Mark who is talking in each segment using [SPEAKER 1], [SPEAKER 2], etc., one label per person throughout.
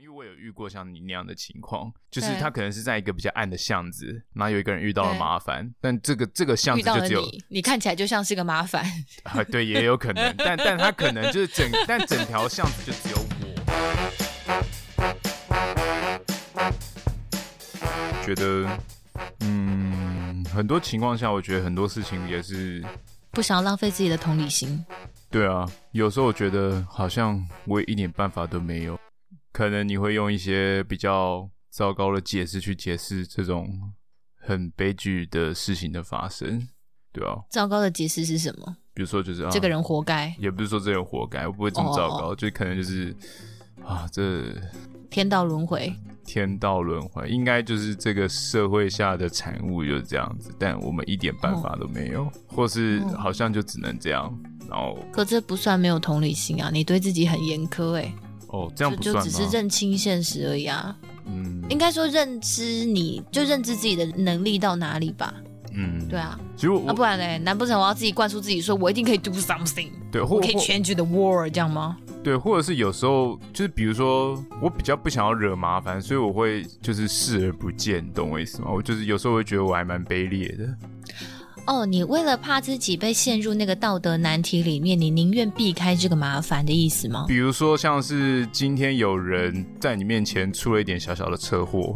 [SPEAKER 1] 有遇过像你那样的情况，就是他可能是在一个比较暗的巷子，然后有一个人遇到了麻烦，但这个这个巷
[SPEAKER 2] 遇
[SPEAKER 1] 子
[SPEAKER 2] 到
[SPEAKER 1] 就
[SPEAKER 2] 了
[SPEAKER 1] 只有
[SPEAKER 2] 你，你看起来就像是个麻烦。
[SPEAKER 1] 啊，对，也有可能，但但他可能就是整，但整条巷子就只有我。觉得，嗯，很多情况下，我觉得很多事情也是，
[SPEAKER 2] 不想要浪费自己的同理心。
[SPEAKER 1] 对啊，有时候我觉得好像我也一点办法都没有，可能你会用一些比较糟糕的解释去解释这种很悲剧的事情的发生，对啊，
[SPEAKER 2] 糟糕的解释是什么？
[SPEAKER 1] 比如说就是啊，
[SPEAKER 2] 这个人哦活该，
[SPEAKER 1] 也不是说这人活该，我不会这么糟糕，就可能就是啊，这
[SPEAKER 2] 天道轮回。
[SPEAKER 1] 天道轮回，应该就是这个社会下的产物就是这样子，但我们一点
[SPEAKER 2] 嗯
[SPEAKER 1] 办法都没有，或是
[SPEAKER 2] 哦
[SPEAKER 1] 好像就只能这样，然后
[SPEAKER 2] 可这不算没有同理心啊，你对自己很严苛哎、
[SPEAKER 1] 哦，这样不
[SPEAKER 2] 就
[SPEAKER 1] 算吗？
[SPEAKER 2] 就只是认清现实而已啊。
[SPEAKER 1] 嗯
[SPEAKER 2] 应该说认知你，就认知自己的能力到哪里吧。
[SPEAKER 1] 嗯，
[SPEAKER 2] 对，啊，
[SPEAKER 1] 其实我、
[SPEAKER 2] 啊不然嘞，难不成我要自己灌输自己，说我一定可以 do something，
[SPEAKER 1] 对或
[SPEAKER 2] 我可以
[SPEAKER 1] 或
[SPEAKER 2] change the world 这样吗？
[SPEAKER 1] 对，或者是有时候就是比如说我比较不想要惹麻烦，所以我会就是视而不见，懂我意思吗？我就是有时候会觉得我还蛮卑劣的，
[SPEAKER 2] 哦，你为了怕自己被陷入那个道德难题里面，你宁愿避开这个麻烦的意思吗？
[SPEAKER 1] 比如说，像是今天有人在你面前出了一点小小的车祸，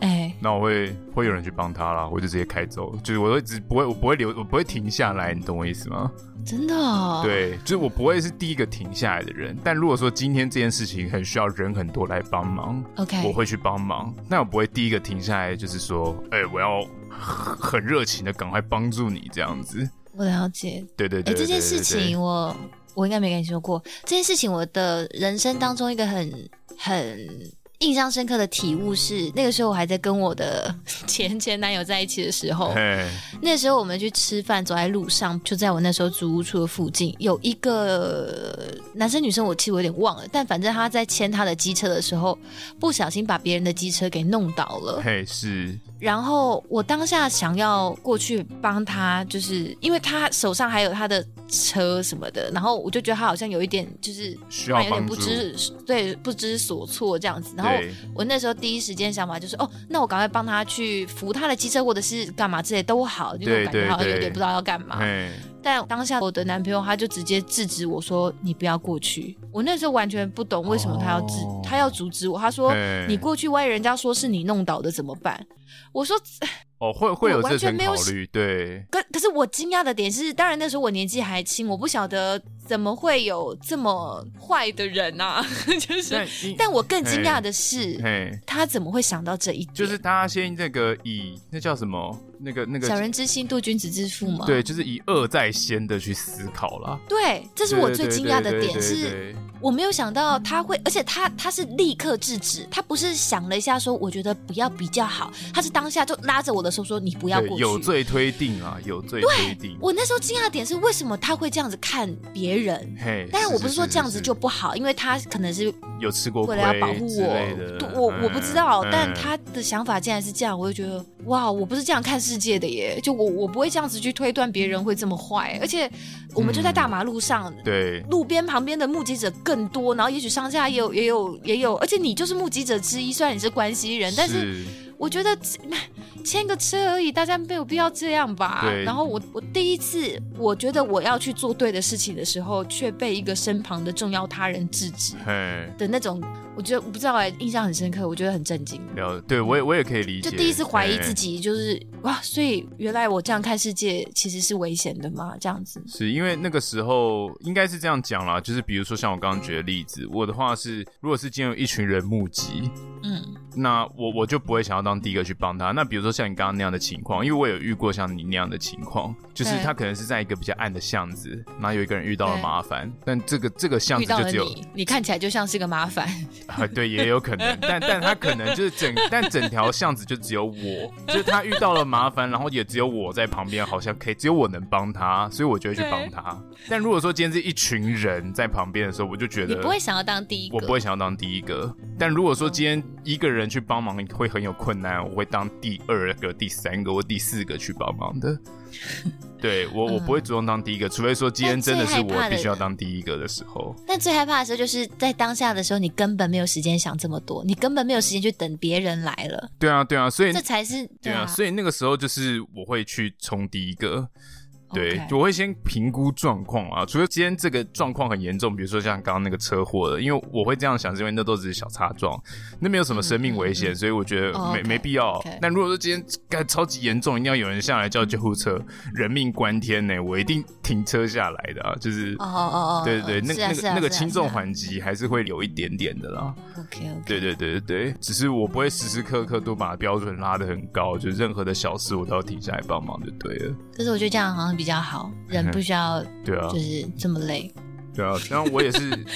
[SPEAKER 2] 哎、
[SPEAKER 1] 那我会会有人去帮他啦，我就直接开走，就是我会只不会我不会留我不会停下来，你懂我意思吗？
[SPEAKER 2] 真的、哦，，
[SPEAKER 1] 对，就是我不会是第一个停下来的人。但如果说今天这件事情很需要人很多来帮忙
[SPEAKER 2] OK
[SPEAKER 1] 我会去帮忙，但我不会第一个停下来，就是说，哎、我要很很热情的赶快帮助你这样子。
[SPEAKER 2] 我了解。
[SPEAKER 1] 对对
[SPEAKER 2] 哎、
[SPEAKER 1] 对
[SPEAKER 2] 这件
[SPEAKER 1] 对
[SPEAKER 2] 事
[SPEAKER 1] 对对
[SPEAKER 2] 情我我应该没跟你说过。这件事情我的人生当中一个很很印象深刻的体悟是，那个时候我还在跟我的 前前男友在一起的 时候，
[SPEAKER 1] 嘿，
[SPEAKER 2] 那时候我们去吃饭，走在路上，就在我那时候租屋处的附近，有一个男生女生，我其实我有点忘了，但反正他在牵他的机车的时候，不小心把别人的机车给弄倒了。
[SPEAKER 1] 嘿是，
[SPEAKER 2] 然后我当下想要过去帮他，就是因为他手上还有他的车什么的，然后我就觉得他好像有一点就是
[SPEAKER 1] 需要
[SPEAKER 2] 有点
[SPEAKER 1] 帮
[SPEAKER 2] 不
[SPEAKER 1] 助。
[SPEAKER 2] 知对不知所措这样子。然后
[SPEAKER 1] 对，
[SPEAKER 2] 我那时候第一时间想法就是，哦，那我赶快帮他去扶他的机车或者是干嘛之类都好，因
[SPEAKER 1] 对
[SPEAKER 2] 为我感觉
[SPEAKER 1] 对
[SPEAKER 2] 好像有
[SPEAKER 1] 对
[SPEAKER 2] 点不知道要干嘛。
[SPEAKER 1] 嘿。
[SPEAKER 2] 但当下我的男朋友他就直接制止我说：“你不要过去。”我那时候完全不懂为什么他要制，
[SPEAKER 1] 哦
[SPEAKER 2] 他要阻止我。他说
[SPEAKER 1] 嘿：“
[SPEAKER 2] 你过去，万一人家说是你弄倒的怎么办？”我说
[SPEAKER 1] 哦，会会有
[SPEAKER 2] 我完
[SPEAKER 1] 这
[SPEAKER 2] 全
[SPEAKER 1] 层
[SPEAKER 2] 没有
[SPEAKER 1] 考
[SPEAKER 2] 想
[SPEAKER 1] 虑，对：“
[SPEAKER 2] 可可是我惊讶的点是，当然那时候我年纪还轻，我不晓得怎么会有这么坏的人啊， 就是。”
[SPEAKER 1] 因
[SPEAKER 2] 但我更惊讶的是，
[SPEAKER 1] 嘿，
[SPEAKER 2] 他怎么会想到这一点？
[SPEAKER 1] 就是他先那个以那叫什么那个那个
[SPEAKER 2] 小人之心度君子之腹嘛。
[SPEAKER 1] 对，就是以恶在先的去思考啦。
[SPEAKER 2] 对，这是
[SPEAKER 1] 对
[SPEAKER 2] 我
[SPEAKER 1] 对
[SPEAKER 2] 最
[SPEAKER 1] 对
[SPEAKER 2] 惊讶的
[SPEAKER 1] 对
[SPEAKER 2] 点
[SPEAKER 1] 对
[SPEAKER 2] 是。
[SPEAKER 1] 对
[SPEAKER 2] 我没有想到他会，而且他他是立刻制止，他不是想了一下说我觉得不要比较好，他是当下就拉着我的手说你不要
[SPEAKER 1] 对
[SPEAKER 2] 过去。
[SPEAKER 1] 有罪推定啊，有罪推定。
[SPEAKER 2] 我那时候惊讶的点是为什么他会这样子看别人？
[SPEAKER 1] 嘿，
[SPEAKER 2] 但是我不是说这样子就
[SPEAKER 1] 是
[SPEAKER 2] 不好，因为他可能是
[SPEAKER 1] 有吃过亏
[SPEAKER 2] 为了要保护
[SPEAKER 1] 之
[SPEAKER 2] 我
[SPEAKER 1] 类的，
[SPEAKER 2] 对我我不知道，
[SPEAKER 1] 嗯
[SPEAKER 2] 但
[SPEAKER 1] 嗯
[SPEAKER 2] 他的想法竟然是这样，我就觉得哇，我不是这样看世界的耶，就我我不会这样子去推断别人会这么坏，而且我们就在大
[SPEAKER 1] 嗯
[SPEAKER 2] 马路上，
[SPEAKER 1] 对
[SPEAKER 2] 路边旁边的目击者更多，然后也许商家也有也有也有，而且你就是目击者之一，虽然你是关系人，但是
[SPEAKER 1] 是
[SPEAKER 2] 我觉得牵个车而已，大家没有必要这样吧
[SPEAKER 1] 对。
[SPEAKER 2] 然后我我第一次我觉得我要去做对的事情的时候，却被一个身旁的重要他人制止
[SPEAKER 1] 嘿。
[SPEAKER 2] 的那种，我觉得我不知道哎、印象很深刻，我觉得很震惊。
[SPEAKER 1] 了，对我也我也可以理
[SPEAKER 2] 就
[SPEAKER 1] 解，
[SPEAKER 2] 第一次怀疑
[SPEAKER 1] 嘿
[SPEAKER 2] 自己，就是哇，所以原来我这样看世界其实是危险的嘛，这样子。
[SPEAKER 1] 是因为那个时候应该是这样讲啦，就是比如说像我刚刚举的例子，我的话是，如果是今天有一群人募集，
[SPEAKER 2] 嗯，
[SPEAKER 1] 那我我就不会想要当第一个去帮他。那比如说像你刚刚那样的情况，因为我有遇过像你那样的情况，就是
[SPEAKER 2] 对
[SPEAKER 1] 他可能是在一个比较暗的巷子，然后有一个人遇到了
[SPEAKER 2] 对
[SPEAKER 1] 麻烦，但这个这个巷
[SPEAKER 2] 遇
[SPEAKER 1] 子
[SPEAKER 2] 到
[SPEAKER 1] 就
[SPEAKER 2] 了
[SPEAKER 1] 只有
[SPEAKER 2] 你，你看起来就像是个麻 烦。
[SPEAKER 1] 啊，对，也有可能，但但他可能就是整，但整条巷子就只有我，就是他遇到了麻烦，然后也只有我在旁边，好像可以，只有我能帮他，所以我就会去帮他。但如果说今天是一群人在旁边的时候，我就觉
[SPEAKER 2] 你
[SPEAKER 1] 得
[SPEAKER 2] 不会想要当第一个，
[SPEAKER 1] 我不会想要当第一个。但如果说今天一个人去帮忙会很有困难，我会当第二个、第三个或第四个去帮忙的。对我，我不会主动当第一个，除非说今天真的是我必须要当第一个的时候。
[SPEAKER 2] 但最害怕的时候，就是在当下的时候，你根本没有时间想这么多，你根本没有时间去等别人来了。
[SPEAKER 1] 对啊，对啊，所以
[SPEAKER 2] 这才是
[SPEAKER 1] 对
[SPEAKER 2] 啊，
[SPEAKER 1] 啊，所以那个时候就是我会去冲第一个。对
[SPEAKER 2] OK
[SPEAKER 1] 我会先评估状况啊。除非今天这个状况很严重，比如说像刚刚那个车祸的，因为我会这样想，是因为那都只是小擦撞，那没有什么生命危险，所以我觉得没、
[SPEAKER 2] 哦，OK，
[SPEAKER 1] 没必要
[SPEAKER 2] OK。
[SPEAKER 1] 那如果说今天干超级严重，一定要有人下来叫救护车，人命关天呢、我一定停车下来的、啊，就是。
[SPEAKER 2] 哦哦哦，
[SPEAKER 1] 对对对，那
[SPEAKER 2] 是啊
[SPEAKER 1] 那
[SPEAKER 2] 是
[SPEAKER 1] 个
[SPEAKER 2] 啊
[SPEAKER 1] 那个
[SPEAKER 2] 是啊
[SPEAKER 1] 轻
[SPEAKER 2] 是
[SPEAKER 1] 重
[SPEAKER 2] 啊
[SPEAKER 1] 缓急还是会有一点点的啦。
[SPEAKER 2] OK OK，
[SPEAKER 1] 对对对对对，只是我不会时时刻刻都把标准拉得很高，就任何的小事我都要停下来帮忙就对了。
[SPEAKER 2] 可是我觉得这样好像比较好，
[SPEAKER 1] 嗯
[SPEAKER 2] 人不需要
[SPEAKER 1] 对啊，
[SPEAKER 2] 就是这么累，
[SPEAKER 1] 对啊，然后我也是，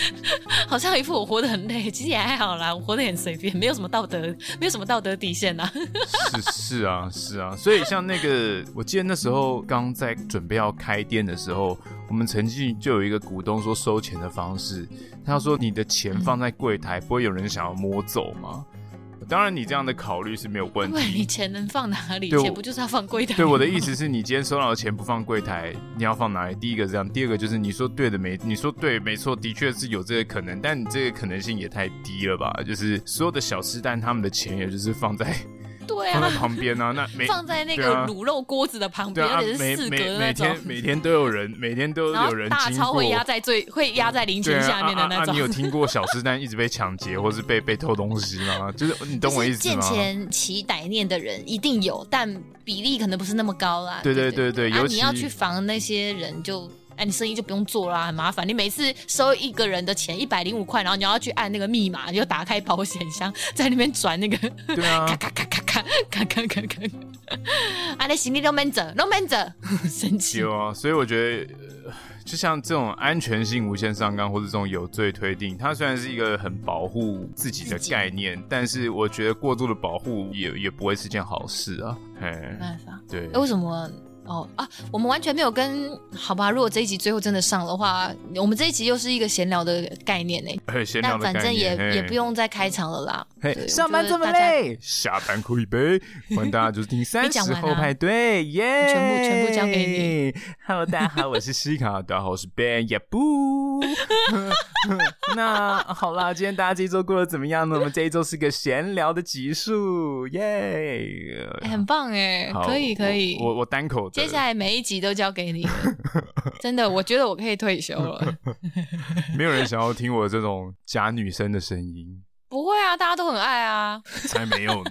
[SPEAKER 2] 好像一副我活得很累，其实也还好啦，我活得很随便，没有什么道德，没有什么道德底线啊呐、
[SPEAKER 1] 是是啊是啊，所以像那个，我记得那时候刚在准备要开店的时候，我们曾经就有一个股东说收钱的方式，他说你的钱放在柜台，不会有人想要摸走吗？当然，你这样的考虑是没有问
[SPEAKER 2] 因
[SPEAKER 1] 题，
[SPEAKER 2] 为你钱能放哪里？
[SPEAKER 1] 对我
[SPEAKER 2] 钱不就是要放柜台？
[SPEAKER 1] 对，我的意思是你今天收到的钱不放柜台，你要放哪里？第一个是这样，第二个就是你说对的没，你说对没错，的确是有这个可能，但你这个可能性也太低了吧？就是所有的小吃摊他们的钱也就是放在、
[SPEAKER 2] 对
[SPEAKER 1] 放在
[SPEAKER 2] 啊，
[SPEAKER 1] 旁边啊，那没
[SPEAKER 2] 放在那
[SPEAKER 1] 对
[SPEAKER 2] 个
[SPEAKER 1] 啊
[SPEAKER 2] 卤肉锅子的旁
[SPEAKER 1] 对
[SPEAKER 2] 边，
[SPEAKER 1] 啊，
[SPEAKER 2] 而且
[SPEAKER 1] 每
[SPEAKER 2] 是四格
[SPEAKER 1] 每每
[SPEAKER 2] 的那种
[SPEAKER 1] 天。每天都有人，每天都
[SPEAKER 2] 然后
[SPEAKER 1] 有人
[SPEAKER 2] 大
[SPEAKER 1] 经
[SPEAKER 2] 钞
[SPEAKER 1] 过。
[SPEAKER 2] 会压在最会压在零
[SPEAKER 1] 对
[SPEAKER 2] 钱
[SPEAKER 1] 啊
[SPEAKER 2] 下面的那
[SPEAKER 1] 啊啊啊
[SPEAKER 2] 种
[SPEAKER 1] 你，有听过小吃摊一直被抢劫，或是被被偷东西吗？就是你
[SPEAKER 2] 就
[SPEAKER 1] 懂我意
[SPEAKER 2] 是
[SPEAKER 1] 思吗？
[SPEAKER 2] 见钱起歹念的人一定有，但比例可能不是那么高啦。
[SPEAKER 1] 对对
[SPEAKER 2] 对
[SPEAKER 1] 对对，
[SPEAKER 2] 啊，
[SPEAKER 1] 尤
[SPEAKER 2] 你
[SPEAKER 1] 其
[SPEAKER 2] 要去防那些人就。哎，你生意就不用做啦，很麻烦。你每次收一个人的钱一百零五块，然后你要去按那个密码，你就打开保险箱，在那边转那个
[SPEAKER 1] 对啊，
[SPEAKER 2] 咔咔咔咔咔咔咔咔咔。啊，那行李都闷着，都闷着，生气。
[SPEAKER 1] 有 啊，所以我觉得，呃就像这种安全性无限上纲，或者这种有罪推定，它虽然是一个很保护自己的
[SPEAKER 2] 自己
[SPEAKER 1] 概念，但是我觉得过度的保护也也不会是件好事啊。嘿，
[SPEAKER 2] 没办法。
[SPEAKER 1] 对
[SPEAKER 2] 哎，，为什么？哦啊，我们完全没有跟好吧。如果这一集最后真的上的话，我们这一集又是一个闲聊的概念呢、
[SPEAKER 1] 而且闲聊
[SPEAKER 2] 但
[SPEAKER 1] 的
[SPEAKER 2] 反
[SPEAKER 1] 概
[SPEAKER 2] 正也
[SPEAKER 1] 念，嘿嗯
[SPEAKER 2] 也不。用再开场了啦。
[SPEAKER 1] 嘿
[SPEAKER 2] 对
[SPEAKER 1] 上班这么，累，下班喝一 杯，欢迎大家就是听三
[SPEAKER 2] 讲
[SPEAKER 1] 十
[SPEAKER 2] 完啊
[SPEAKER 1] 后派对，耶！
[SPEAKER 2] 全部全部交给你。
[SPEAKER 1] Hello，大家好，我是西卡，大家好，我是 Ben 也不。 那好啦，今天大家这一周过得怎么样呢？我们这一周是个闲聊的集数，耶！
[SPEAKER 2] 我觉得大家哎很棒哎、
[SPEAKER 1] 啊好
[SPEAKER 2] 可以可以。
[SPEAKER 1] 我我我单口的。
[SPEAKER 2] 接下来每一集都交 给你了，真的，我觉得我可以退休了。
[SPEAKER 1] 没有人想要听我这种假女生的声音，
[SPEAKER 2] 不会啊，大家都很爱啊，
[SPEAKER 1] 才没有呢，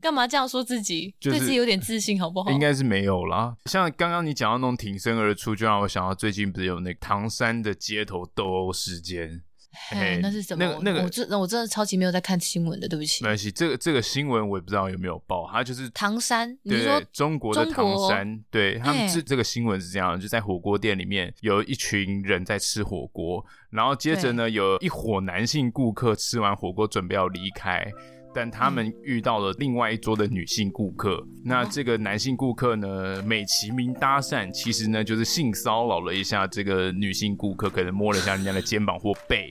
[SPEAKER 2] 干嘛这样说自己？
[SPEAKER 1] 就是
[SPEAKER 2] 对自己有点自信好不好？
[SPEAKER 1] 应该是没有啦。像刚刚你讲到那种挺身而出，就让我想到最近不是有那个唐山的街头斗殴事件。
[SPEAKER 2] 哎，那是什么？
[SPEAKER 1] 那个那个
[SPEAKER 2] 我真我真的超级没有在看新闻的，对不起
[SPEAKER 1] 没。关系，这个这个新闻我也不知道有没有报，它就是
[SPEAKER 2] 唐山，你
[SPEAKER 1] 对
[SPEAKER 2] 是说
[SPEAKER 1] 中国的
[SPEAKER 2] 中
[SPEAKER 1] 唐
[SPEAKER 2] 国
[SPEAKER 1] 山，对他们
[SPEAKER 2] 哎
[SPEAKER 1] 这这个新闻是这样的，就在火锅店里面有一群人在吃火锅，然后接着呢有一伙男性顾客吃完火锅准备要离开。但他
[SPEAKER 2] 嗯
[SPEAKER 1] 们遇到了另外一桌的女性顾客，那这个男性顾客呢，美其名搭讪，其实呢就是性骚扰了一下这个女性顾客，可能摸了一下人家的肩膀或背。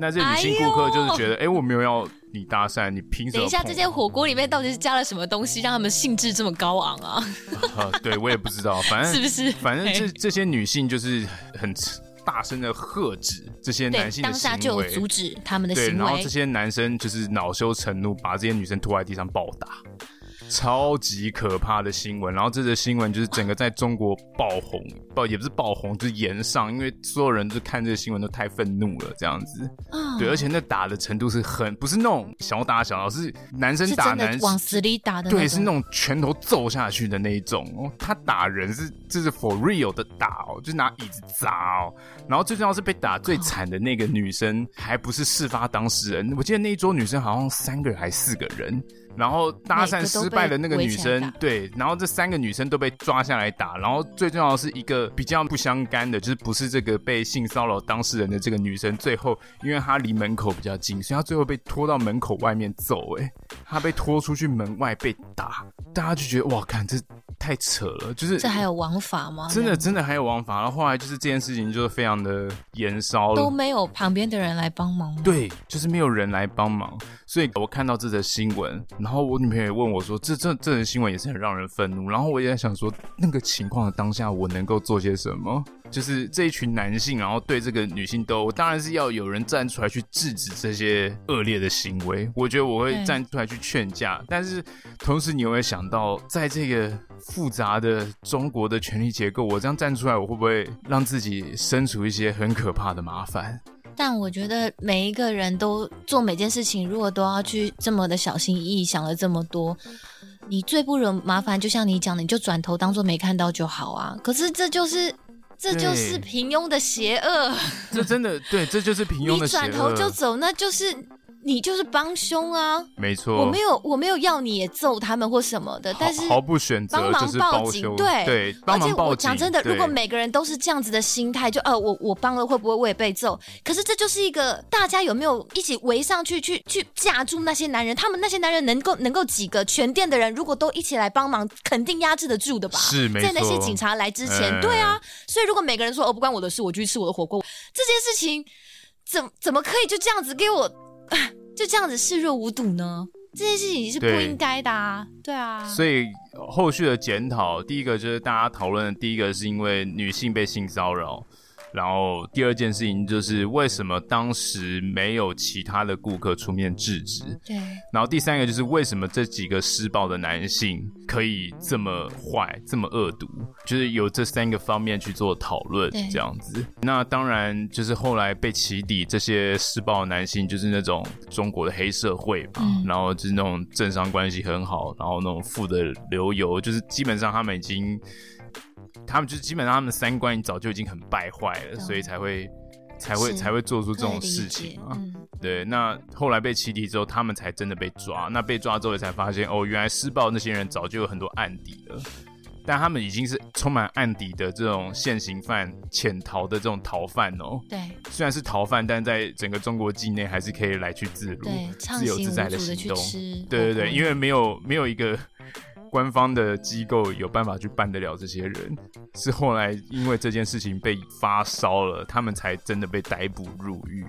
[SPEAKER 1] 那这女性顾客就是觉得，哎、我没有要你搭讪，你凭什么碰
[SPEAKER 2] 等
[SPEAKER 1] 我？
[SPEAKER 2] 一下，这些火锅里面到底是加了什么东西，让他们兴致这么高昂啊？
[SPEAKER 1] 啊，对我也 不知道，反正
[SPEAKER 2] 是不是
[SPEAKER 1] 嗯反正这
[SPEAKER 2] 嘿
[SPEAKER 1] 这些女性就是很大声的喝止这些男
[SPEAKER 2] 对，
[SPEAKER 1] 性的
[SPEAKER 2] 当下
[SPEAKER 1] 行
[SPEAKER 2] 就有
[SPEAKER 1] 为，
[SPEAKER 2] 阻止他们的
[SPEAKER 1] 对，
[SPEAKER 2] 行
[SPEAKER 1] 然后
[SPEAKER 2] 为
[SPEAKER 1] 这。些男生就是恼羞成怒，把这些女生拖在地上暴打。超级可怕的新闻，然后这则新闻就是整个在中国爆红，爆也不是爆红，就是延上，因为所有人就看这个新闻都太愤怒了，这样子。
[SPEAKER 2] 啊
[SPEAKER 1] 对，而且那打的程度是很不是那种小打小闹，是男生
[SPEAKER 2] 是
[SPEAKER 1] 打
[SPEAKER 2] 真
[SPEAKER 1] 男
[SPEAKER 2] 的
[SPEAKER 1] 生，
[SPEAKER 2] 往死里打的，
[SPEAKER 1] 对，是那。种拳头揍下去的那一种哦。他打人是这是 for real 的打哦，就是拿椅子砸哦。然后最重要是被打最惨的那个女生，还不是事发当事人。我记得那一桌女生好像三个人还四个人。然后搭讪失败的那个女
[SPEAKER 2] 每个都被围起
[SPEAKER 1] 生
[SPEAKER 2] 来打，
[SPEAKER 1] 对，然后这三个女生都被抓下来打，然后最重要的是一个比较不相干的，就是不是这个被性骚扰当事人的这个女生，最后因为她离门口比较近，所以她最后被拖到门口外面揍、欸，哎，他被拖出去门外被打，大家就觉得哇，看这太扯了，就是
[SPEAKER 2] 这还有王法吗？
[SPEAKER 1] 真的真的还有王法。然后后来就是这件事情就是非常的延烧
[SPEAKER 2] 都
[SPEAKER 1] 了，
[SPEAKER 2] 没有旁边的人来帮忙吗？
[SPEAKER 1] 对，就是没有人来帮忙。所以我看到这则新闻，然后我女朋友也问我说：“这这这则新闻也是很让人愤怒。”然后我也在想说，那个情况的当下我能够做些什么？就是这一群男性，然后对这个女性斗殴，当然是要有人站出来去制止这些恶劣的行为。我觉得我会
[SPEAKER 2] 对
[SPEAKER 1] 站出来去劝架，但是同时你有没有想到，在这个复杂的中国的权力结构，我这样站出来，我会不会让自己身处一些很可怕的麻烦？
[SPEAKER 2] 但我觉得每一个人都做每件事情，如果都要去这么的小心翼翼，想了这么多，你最不惹麻烦，就像你讲的，你就转头当做没看到就好啊。可是这就是这就
[SPEAKER 1] 对
[SPEAKER 2] 是平庸的邪恶，
[SPEAKER 1] 这真的对，这就是平庸
[SPEAKER 2] 你
[SPEAKER 1] 的邪恶。
[SPEAKER 2] 转头就走，那就是你就是帮凶啊。
[SPEAKER 1] 没错，
[SPEAKER 2] 我没有我没有要你也揍他们或什么的，但是
[SPEAKER 1] 毫毫不选择
[SPEAKER 2] 帮忙
[SPEAKER 1] 就是
[SPEAKER 2] 报
[SPEAKER 1] 报
[SPEAKER 2] 警
[SPEAKER 1] 修，
[SPEAKER 2] 对
[SPEAKER 1] 对，帮
[SPEAKER 2] 而且
[SPEAKER 1] 忙报
[SPEAKER 2] 我
[SPEAKER 1] 警。
[SPEAKER 2] 讲真的，
[SPEAKER 1] 对
[SPEAKER 2] 如果每个人都是这样子的心态，就呃，我我帮了会不会我也被揍？可是这就是一个大家有没有一起围上去去去架住那些男人？他们那些男人能够能够几个全店的人，如果都一起来帮忙，肯定压制得住的吧？
[SPEAKER 1] 是没错，
[SPEAKER 2] 在那些警察来之前，
[SPEAKER 1] 嗯
[SPEAKER 2] 对啊，所以如果每个人说哦不关我的事，我去吃我的火锅，这件事情怎怎么可以就这样子给我 就这样子视若无睹呢？这件事情是不
[SPEAKER 1] 对
[SPEAKER 2] 应该的啊，对啊，
[SPEAKER 1] 所以后续的检讨，第一个就是大家讨论的第一个是因为女性被性骚扰，然后第二件事情就是为什么当时没有其他的顾客出面制止，
[SPEAKER 2] 对。
[SPEAKER 1] 然后第三个就是为什么这几个施暴的男性可以这么坏、这么恶毒，就是有这三个方面去做讨论
[SPEAKER 2] 对，
[SPEAKER 1] 这样子。那当然就是后来被起底这些施暴的男性，就是那种中国的黑社会嘛，
[SPEAKER 2] 嗯
[SPEAKER 1] 然后就是那种政商关系很好，然后那种富的流油，就是基本上他们已经，他们就是基本上他们的三观早就已经很败坏了，
[SPEAKER 2] 懂
[SPEAKER 1] 所以才会。才会
[SPEAKER 2] 是
[SPEAKER 1] 才会做出这
[SPEAKER 2] 可以
[SPEAKER 1] 种
[SPEAKER 2] 理
[SPEAKER 1] 事
[SPEAKER 2] 解
[SPEAKER 1] 情嘛，啊
[SPEAKER 2] 嗯
[SPEAKER 1] 对，那后来被起底之后，他们才真的被抓。那被抓之后，才发现哦，原来施暴那些人早就有很多案底了，但他们已经是充满案底的这种现行犯、潜逃的这种逃犯哦。
[SPEAKER 2] 对
[SPEAKER 1] 虽然是逃犯，但在整个中国境内还是可以来去自如
[SPEAKER 2] 对，、畅
[SPEAKER 1] 自由
[SPEAKER 2] 行
[SPEAKER 1] 自
[SPEAKER 2] 无
[SPEAKER 1] 在的
[SPEAKER 2] 阻的
[SPEAKER 1] 行
[SPEAKER 2] 去
[SPEAKER 1] 动。
[SPEAKER 2] 吃。
[SPEAKER 1] 对对对，因
[SPEAKER 2] 为
[SPEAKER 1] 为没有没有一个官方的机构有办法去办得了这些人，是后来因为这件事情被发烧了，他们才真的被逮捕入狱，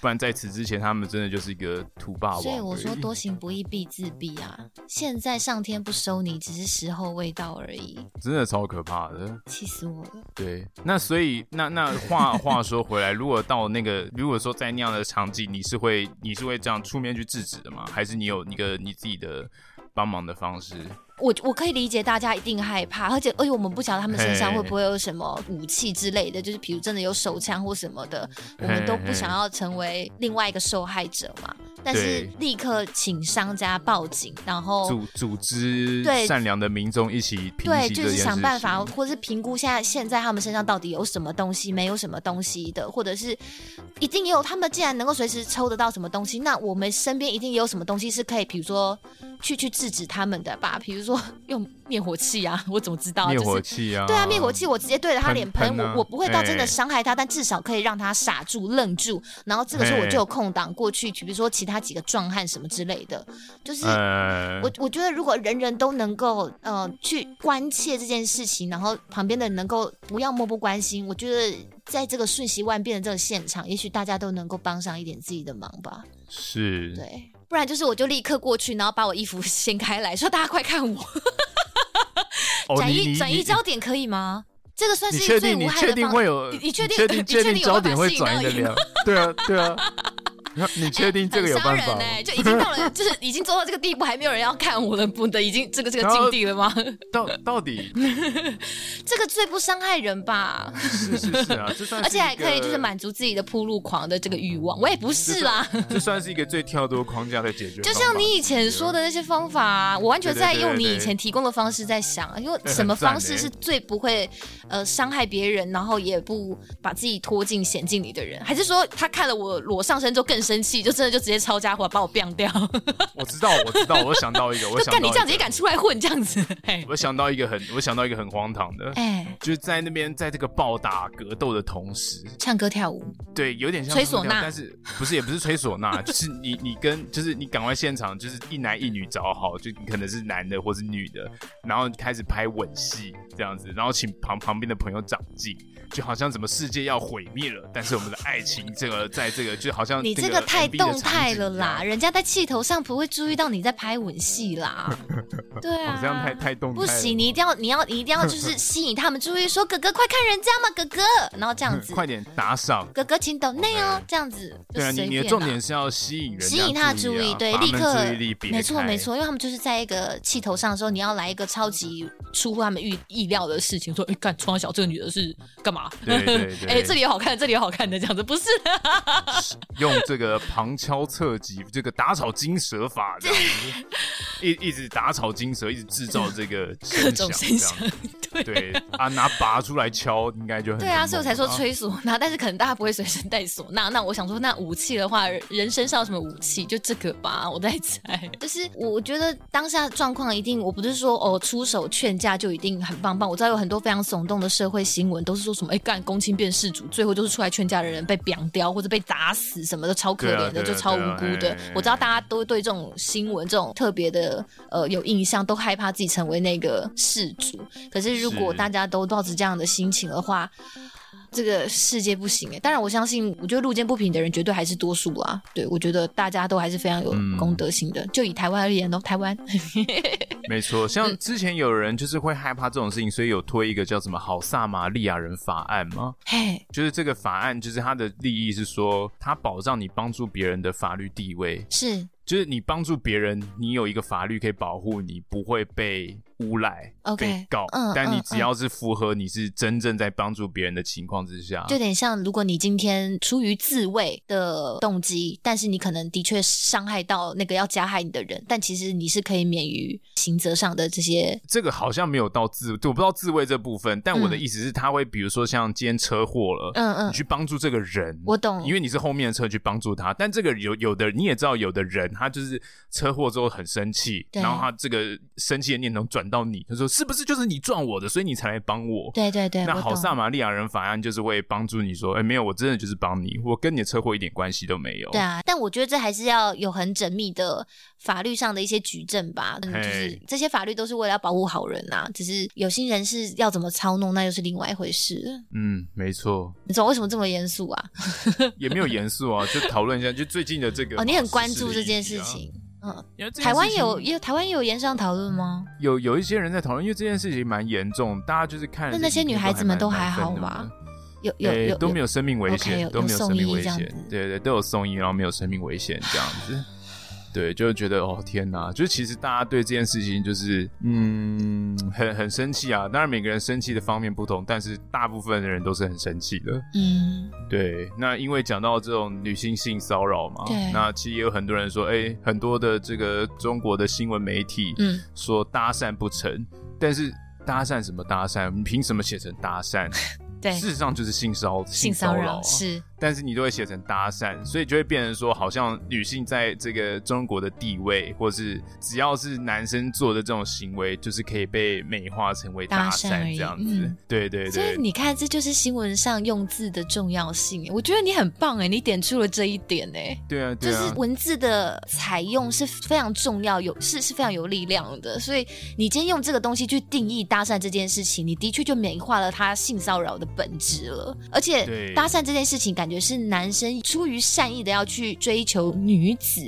[SPEAKER 1] 不然在此之前他们真的就是一个土霸王。
[SPEAKER 2] 所以我说多，行不义必自毙啊！现在上天不收你，只是时候未到而已，
[SPEAKER 1] 真的超可怕的。
[SPEAKER 2] 气死我了。
[SPEAKER 1] 对，那所以那那话话说回来，如果到那个，如果说在那样的场景，你是会你是会这样出面去制止的吗？还是你有一个你自己的帮忙的方式？
[SPEAKER 2] 我我可以理解大家一定害怕，而且哎而且我们不晓得他们身上
[SPEAKER 1] 嘿
[SPEAKER 2] 会不会有什么武器之类的，就是比如真的有手枪或什么的，我
[SPEAKER 1] 嘿
[SPEAKER 2] 们都
[SPEAKER 1] 嘿
[SPEAKER 2] 不想要成为另外一个受害者嘛。但是
[SPEAKER 1] 对
[SPEAKER 2] 立刻请商家报警，然后
[SPEAKER 1] 组组织
[SPEAKER 2] 哦对
[SPEAKER 1] 善良的民众一起平
[SPEAKER 2] 对，
[SPEAKER 1] 息
[SPEAKER 2] 就
[SPEAKER 1] 这件
[SPEAKER 2] 是
[SPEAKER 1] 事情，
[SPEAKER 2] 想办法，或是评估现在现在他们身上到底有什么东西，没有什么东西的，或者是一定也有他们既然能够随时抽得到什么东西，那我们身边一定也有什么东西是可以，比如说去去制止他们的吧，比如说 用灭火器啊，我怎么知道、啊？
[SPEAKER 1] 灭
[SPEAKER 2] 就
[SPEAKER 1] 火
[SPEAKER 2] 是
[SPEAKER 1] 器啊，
[SPEAKER 2] 对啊，灭火器我直接对着他
[SPEAKER 1] 喷
[SPEAKER 2] 脸喷，
[SPEAKER 1] 喷啊
[SPEAKER 2] 我我不会到真的
[SPEAKER 1] 哎
[SPEAKER 2] 伤害他，但至少可以让他傻住、愣住，然后这个时候
[SPEAKER 1] 哎
[SPEAKER 2] 我就有空档过去，比如说其他几个壮汉什么之类的，就是
[SPEAKER 1] 呃，
[SPEAKER 2] 我我觉得如果人人都能够呃去关切这件事情，然后旁边的人能够不要漠不关心，我觉得在这个瞬息万变的这个现场，也许大家都能够帮上一点自己的忙吧。
[SPEAKER 1] 是，
[SPEAKER 2] 对，不然就是我就立刻过去，然后把我衣服 掀开来，说大家快看我，
[SPEAKER 1] 哦，
[SPEAKER 2] 转
[SPEAKER 1] 你
[SPEAKER 2] 移
[SPEAKER 1] 你
[SPEAKER 2] 转移
[SPEAKER 1] 你
[SPEAKER 2] 焦点可以吗？这个算
[SPEAKER 1] 你
[SPEAKER 2] 是
[SPEAKER 1] 确
[SPEAKER 2] 最
[SPEAKER 1] 定
[SPEAKER 2] 无
[SPEAKER 1] 你
[SPEAKER 2] 害
[SPEAKER 1] 确
[SPEAKER 2] 的
[SPEAKER 1] 定
[SPEAKER 2] 方
[SPEAKER 1] 会
[SPEAKER 2] 式。
[SPEAKER 1] 有？
[SPEAKER 2] 你你确定
[SPEAKER 1] 确
[SPEAKER 2] 你
[SPEAKER 1] 定确
[SPEAKER 2] 确定
[SPEAKER 1] 定
[SPEAKER 2] 有
[SPEAKER 1] 焦
[SPEAKER 2] 办
[SPEAKER 1] 点
[SPEAKER 2] 法
[SPEAKER 1] 会
[SPEAKER 2] 吸引
[SPEAKER 1] 转移
[SPEAKER 2] 到
[SPEAKER 1] 得
[SPEAKER 2] 你
[SPEAKER 1] 了？对啊对啊，你确定这个有
[SPEAKER 2] 很伤
[SPEAKER 1] 办
[SPEAKER 2] 人
[SPEAKER 1] 法吗？
[SPEAKER 2] 哎、就已经到了，就是已经做到这个地步，还没有人要看我的，不的，已经这个这个
[SPEAKER 1] 然后
[SPEAKER 2] 境地了吗？
[SPEAKER 1] 到到底
[SPEAKER 2] 这个最不伤害人吧？
[SPEAKER 1] 是是是啊，这算
[SPEAKER 2] 而且
[SPEAKER 1] 一
[SPEAKER 2] 还可以就是
[SPEAKER 1] 个嗯
[SPEAKER 2] 满足自己的铺路狂的这个欲望。我也不是啦，
[SPEAKER 1] 这算是一个最跳脱框架的解决
[SPEAKER 2] 就
[SPEAKER 1] 方法，
[SPEAKER 2] 像你以前说的那些方法啊、我完全在用你以前提供的方式在想，啊因为什么方
[SPEAKER 1] 欸
[SPEAKER 2] 式是最不会呃伤害别人，然后也不把自己拖进险境里的人？还是说他看了我裸上身之后更很生气，就真的就直接抄家伙把我变掉。
[SPEAKER 1] 我知道，我知道，我想到一个，我
[SPEAKER 2] 就
[SPEAKER 1] 想到
[SPEAKER 2] 干你
[SPEAKER 1] 一
[SPEAKER 2] 这样子
[SPEAKER 1] 个
[SPEAKER 2] 也敢出来混这样 子？哎
[SPEAKER 1] 我想到一个很，我想到一个很荒唐的，
[SPEAKER 2] 哎，
[SPEAKER 1] 就是在那边在这个暴打格斗的同时，
[SPEAKER 2] 唱歌跳舞，
[SPEAKER 1] 对，有点像
[SPEAKER 2] 吹
[SPEAKER 1] 是那
[SPEAKER 2] 唢
[SPEAKER 1] 样
[SPEAKER 2] 呐
[SPEAKER 1] 但是不是也不是吹唢呐， 就是你你跟就是你赶快现场就是一男一女找好，就可能是男的或是女的，然后开始拍吻戏这样子，然后请旁旁边的朋友长进，就好像怎么世界要毁灭了，但是我们的爱情这个在这个就好像
[SPEAKER 2] 你这
[SPEAKER 1] 这
[SPEAKER 2] 个太
[SPEAKER 1] MV 的
[SPEAKER 2] 动态
[SPEAKER 1] 场景
[SPEAKER 2] 了啦，
[SPEAKER 1] 一样，
[SPEAKER 2] 人家在气头上不会注意到你在拍吻 戏啦。对啊
[SPEAKER 1] 哦，这样太太动态
[SPEAKER 2] 不
[SPEAKER 1] 了
[SPEAKER 2] 行，你一定要你要你一定 要就是吸引他们注意，说哥哥快看人家嘛，哥哥，然后这样子，
[SPEAKER 1] 快点打赏。
[SPEAKER 2] 哥哥请抖内哦
[SPEAKER 1] OK，
[SPEAKER 2] 这样子就
[SPEAKER 1] 对啊，你
[SPEAKER 2] 随
[SPEAKER 1] 你的
[SPEAKER 2] 便
[SPEAKER 1] 重
[SPEAKER 2] 啦
[SPEAKER 1] 点是要吸引人家
[SPEAKER 2] 吸引他的注
[SPEAKER 1] 注
[SPEAKER 2] 意，
[SPEAKER 1] 啊
[SPEAKER 2] 对，
[SPEAKER 1] 把他
[SPEAKER 2] 立
[SPEAKER 1] 们
[SPEAKER 2] 刻
[SPEAKER 1] 注意力，别
[SPEAKER 2] 没错
[SPEAKER 1] 开
[SPEAKER 2] 没错，因为他们就是在一个气头上的时候，你要来一个超级出乎他们预意料的事情，说，哎，干，窗小这个女的是干嘛？
[SPEAKER 1] 对对对
[SPEAKER 2] 哎，这里有好看的，这里有好看的，这样子不是的，
[SPEAKER 1] 用这个旁敲侧击，这个打草惊蛇 法，这样子，一一直打草惊蛇，一直制造这个
[SPEAKER 2] 各种声
[SPEAKER 1] 声
[SPEAKER 2] 响
[SPEAKER 1] 这样子，
[SPEAKER 2] 对。
[SPEAKER 1] 对啊，拿拔出来敲，应该就很
[SPEAKER 2] 对啊，
[SPEAKER 1] 猛
[SPEAKER 2] 所以我才说
[SPEAKER 1] 啊
[SPEAKER 2] 吹唢呐，但是可能大家不会随身带唢呐。那我想说，那武器的话，人身上有什么武器？就这个吧，我在猜。 就是我觉得当下状况一定，我不是说哦出手劝架就一定很棒棒。我知道有很多非常耸动的社会新闻，都是说什么哎干公亲变事主，最后就是出来劝架的人被扁掉或者被打死什么的，超可
[SPEAKER 1] 对啊
[SPEAKER 2] 怜
[SPEAKER 1] 对
[SPEAKER 2] 的，
[SPEAKER 1] 啊
[SPEAKER 2] 就超无辜
[SPEAKER 1] 对
[SPEAKER 2] 的
[SPEAKER 1] 啊哎。
[SPEAKER 2] 我知道大家都会对这种新闻、这种特别的呃有印象，都害怕自己成为那个事主。可是如果
[SPEAKER 1] 是
[SPEAKER 2] 大家都抱着这样的心情的话，这个世界不行哎、当然，我相信，我觉得路见不平的人绝对还是多数啊。对，我觉得大家都还是非常有
[SPEAKER 1] 嗯
[SPEAKER 2] 公德心的。就以台湾而言哦，台湾
[SPEAKER 1] 没错，
[SPEAKER 2] 嗯
[SPEAKER 1] 像之前有人就是会害怕这种事情，所以有推一个叫什么“好撒玛利亚人法案”吗？
[SPEAKER 2] 嘿，
[SPEAKER 1] 就是这个法案，就是它的利益是说，它保障你帮助别人的法律地位，
[SPEAKER 2] 是
[SPEAKER 1] 就是你帮助别人，你有一个法律可以保护你不会被诬赖、
[SPEAKER 2] OK，
[SPEAKER 1] 被告。
[SPEAKER 2] 嗯
[SPEAKER 1] 但你
[SPEAKER 2] 嗯
[SPEAKER 1] 只要是符合你是真正在帮助别人的情况之下，
[SPEAKER 2] 就有点像，如果你今天出于自卫的动机，但是你可能的确伤害到那个要加害你的人，但其实你是可以免于刑责上的这些。
[SPEAKER 1] 这个好像没有到自，对我不知道自卫这部分。但我的
[SPEAKER 2] 嗯
[SPEAKER 1] 意思是，他会比如说像今天车祸了，
[SPEAKER 2] 嗯嗯
[SPEAKER 1] 你，去帮助这个人，
[SPEAKER 2] 我懂
[SPEAKER 1] 因为你是后面的车去帮助他，但这个有有的你也知道，有的人他就是车祸之后很生气，
[SPEAKER 2] 对
[SPEAKER 1] 然后他这个生气的念头转到你，他说是不是就是你撞我的，所以你才来帮我？
[SPEAKER 2] 对对对，
[SPEAKER 1] 那
[SPEAKER 2] 我
[SPEAKER 1] 好
[SPEAKER 2] 懂
[SPEAKER 1] 撒玛利亚人法案就是会帮助你说，哎、没有，我真的就是帮你，我跟你的车祸一点关系都没有。
[SPEAKER 2] 对啊，但我觉得这还是要有很缜密的法律上的一些举证吧，嗯，就是
[SPEAKER 1] 嘿
[SPEAKER 2] 这些法律都是为了要保护好人呐、只是有心人士要怎么操弄，那又是另外一回事了。
[SPEAKER 1] 嗯，没错，
[SPEAKER 2] 你总为什么这么严肃啊？
[SPEAKER 1] 也没有严肃啊，就讨论一下，就最近的这个、
[SPEAKER 2] 哦，你很关注这件事，情。嗯，
[SPEAKER 1] 因为这件事情
[SPEAKER 2] 台湾有也有台湾也有延上讨论吗？
[SPEAKER 1] 有有一些人在讨论，因为这件事情蛮严重，大家就是看了
[SPEAKER 2] 那
[SPEAKER 1] 这
[SPEAKER 2] 那些
[SPEAKER 1] 影片
[SPEAKER 2] 女孩子们
[SPEAKER 1] 都
[SPEAKER 2] 都还
[SPEAKER 1] 蛮
[SPEAKER 2] 好
[SPEAKER 1] 愤怒的
[SPEAKER 2] 吗？有有
[SPEAKER 1] 诶
[SPEAKER 2] 有
[SPEAKER 1] 都没
[SPEAKER 2] 有
[SPEAKER 1] 有生命危
[SPEAKER 2] OK，
[SPEAKER 1] 险
[SPEAKER 2] 有
[SPEAKER 1] 都没
[SPEAKER 2] 有送
[SPEAKER 1] 生命
[SPEAKER 2] 医
[SPEAKER 1] 危
[SPEAKER 2] 这样
[SPEAKER 1] 险
[SPEAKER 2] 子，
[SPEAKER 1] 对对，都有送医，然后没有生命危险这样子。对，就觉得哦天哪，就是其实大家对这件事情就是嗯很很生气啊。当然每个人生气的方面不同，但是大部分的人都是很生气的。
[SPEAKER 2] 嗯，
[SPEAKER 1] 对，那因为讲到这种女性性骚扰嘛
[SPEAKER 2] 对，
[SPEAKER 1] 那其实也有很多人说，哎、很多的这个中国的新闻媒体，
[SPEAKER 2] 嗯，
[SPEAKER 1] 说搭讪不成，但是搭讪什么搭讪？你凭什么写成搭讪？
[SPEAKER 2] 对，
[SPEAKER 1] 事实上就是性骚
[SPEAKER 2] 性
[SPEAKER 1] 骚
[SPEAKER 2] 骚
[SPEAKER 1] 扰
[SPEAKER 2] 扰
[SPEAKER 1] 啊
[SPEAKER 2] 是
[SPEAKER 1] 但是你都会写成搭讪，所以就会变成说，好像女性在这个中国的地位，或是只要是男生做的这种行为，就是可以被美化成为搭
[SPEAKER 2] 搭讪
[SPEAKER 1] 讪
[SPEAKER 2] 而已
[SPEAKER 1] 这样子。
[SPEAKER 2] 嗯
[SPEAKER 1] 对对
[SPEAKER 2] 所以
[SPEAKER 1] 对，
[SPEAKER 2] 你看，这就是新闻上用字的重要性。欸我觉得你很棒哎，你点出了这一点哎。
[SPEAKER 1] 对啊
[SPEAKER 2] 就
[SPEAKER 1] 对
[SPEAKER 2] 是
[SPEAKER 1] 啊，
[SPEAKER 2] 文字的采用是非常重要，有是是非常有力量的。所以你今天用这个东西去定义搭讪这件事情，你的确就美化了他性骚扰的本质了。而且
[SPEAKER 1] 对
[SPEAKER 2] 搭讪这件事情，感觉是男生出于善意的要去追求女子。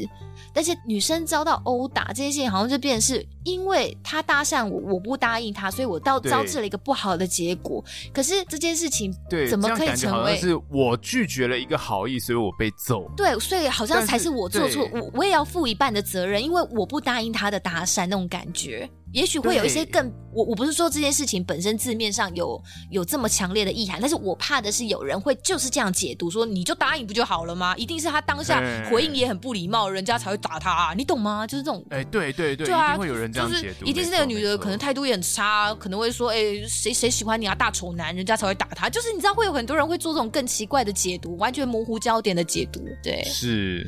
[SPEAKER 2] 但是女生遭到殴打这件事情，好像就变成是因为他搭讪我，我不答应他，所以我到
[SPEAKER 1] 对
[SPEAKER 2] 招致了一个不好的结果。可是这件事情
[SPEAKER 1] 对，
[SPEAKER 2] 怎么
[SPEAKER 1] 这
[SPEAKER 2] 可
[SPEAKER 1] 样
[SPEAKER 2] 以
[SPEAKER 1] 感觉
[SPEAKER 2] 成
[SPEAKER 1] 好
[SPEAKER 2] 为
[SPEAKER 1] 像是我拒绝了一个好意，所以我被揍。
[SPEAKER 2] 对，所以好像
[SPEAKER 1] 但
[SPEAKER 2] 才
[SPEAKER 1] 是
[SPEAKER 2] 是我做
[SPEAKER 1] 对
[SPEAKER 2] 错，我我也要负一半的责任，因为我不答应他的搭讪那种感觉。也许会有一些
[SPEAKER 1] 对
[SPEAKER 2] 更，我我不是说这件事情本身字面上有有这么强烈的意涵，但是我怕的是有人会就是这样解读，说你就答应不就好了吗？一定是他当下
[SPEAKER 1] 嘿
[SPEAKER 2] 回应也很不礼貌，人家才会打他、啊你懂吗？就是这种。
[SPEAKER 1] 哎、对对对，
[SPEAKER 2] 对啊
[SPEAKER 1] 一定会有嗯人这
[SPEAKER 2] 就
[SPEAKER 1] 样
[SPEAKER 2] 是
[SPEAKER 1] 解读，
[SPEAKER 2] 一定是
[SPEAKER 1] 没
[SPEAKER 2] 那个
[SPEAKER 1] 错
[SPEAKER 2] 女
[SPEAKER 1] 没
[SPEAKER 2] 的
[SPEAKER 1] 错
[SPEAKER 2] 可能态度也很差，可能会说，哎、谁谁喜欢你啊，大丑男，人家才会打他。就是你知道会有很多人会做这种更奇怪的解读，完全模糊焦点的解读。对，
[SPEAKER 1] 是，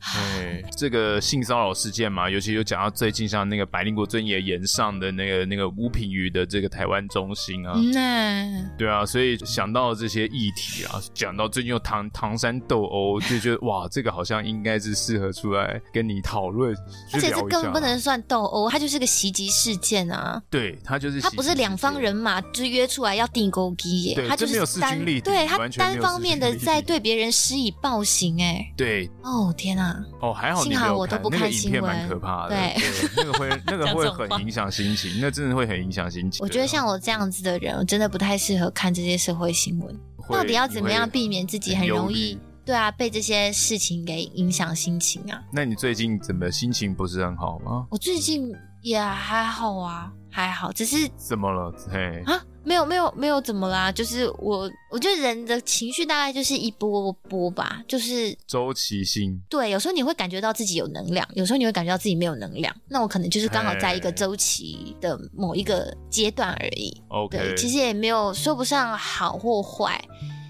[SPEAKER 1] 哎，这个性骚扰事件嘛，尤其有讲到最近像那个百灵国尊也延上的那个那个吴品瑜的这个台湾中心啊，
[SPEAKER 2] 嗯那
[SPEAKER 1] 对啊，所以想到这些议题啊，讲到最近又唐唐山斗殴，就觉得哇，这个好像应该是适合出来跟你讨论，去
[SPEAKER 2] 而且这
[SPEAKER 1] 聊一
[SPEAKER 2] 根
[SPEAKER 1] 下啊
[SPEAKER 2] 本不能算斗殴，它就是个袭击事件啊！
[SPEAKER 1] 对他就是
[SPEAKER 2] 它
[SPEAKER 1] 袭
[SPEAKER 2] 不是
[SPEAKER 1] 击
[SPEAKER 2] 两
[SPEAKER 1] 事
[SPEAKER 2] 方
[SPEAKER 1] 件
[SPEAKER 2] 人马之约出来要定勾机耶，
[SPEAKER 1] 对
[SPEAKER 2] 它就
[SPEAKER 1] 这没有
[SPEAKER 2] 是
[SPEAKER 1] 势
[SPEAKER 2] 单
[SPEAKER 1] 均力敌
[SPEAKER 2] 对它
[SPEAKER 1] 完全没
[SPEAKER 2] 单
[SPEAKER 1] 有
[SPEAKER 2] 方
[SPEAKER 1] 势
[SPEAKER 2] 面
[SPEAKER 1] 均
[SPEAKER 2] 的
[SPEAKER 1] 力敌
[SPEAKER 2] 在对别人施以暴行哎！
[SPEAKER 1] 对
[SPEAKER 2] 哦天啊，
[SPEAKER 1] 哦，还好你没
[SPEAKER 2] 幸
[SPEAKER 1] 有
[SPEAKER 2] 好
[SPEAKER 1] 看，
[SPEAKER 2] 我都不
[SPEAKER 1] 那个
[SPEAKER 2] 看
[SPEAKER 1] 影
[SPEAKER 2] 新
[SPEAKER 1] 片蛮
[SPEAKER 2] 闻
[SPEAKER 1] 可怕的，
[SPEAKER 2] 对
[SPEAKER 1] 对，那个会那个
[SPEAKER 2] 讲
[SPEAKER 1] 会
[SPEAKER 2] 这种话
[SPEAKER 1] 很影响心情，那真的会很影响心情。啊
[SPEAKER 2] 我觉得像我这样子的人，我真的不太适合看这些社会新闻。
[SPEAKER 1] 会
[SPEAKER 2] 到底要怎么样
[SPEAKER 1] 你会
[SPEAKER 2] 避免自己
[SPEAKER 1] 很
[SPEAKER 2] 很
[SPEAKER 1] 忧
[SPEAKER 2] 容易
[SPEAKER 1] 虑
[SPEAKER 2] 对啊被这些事情给影响心情啊？
[SPEAKER 1] 那你最近怎么心情不是很好吗？
[SPEAKER 2] 我最近也还好啊，还好，只是
[SPEAKER 1] 怎么了？嘿，
[SPEAKER 2] 啊，没有没有没有怎么啦，就是我我觉得人的情绪大概就是一波波吧，就是
[SPEAKER 1] 周期性
[SPEAKER 2] 对，有时候你会感觉到自己有能量，有时候你会感觉到自己没有能量，那我可能就是刚好在一个
[SPEAKER 1] 哎
[SPEAKER 2] 周期的某一个阶段而已。对，
[SPEAKER 1] ，OK，
[SPEAKER 2] 其实也没有说不上好或坏，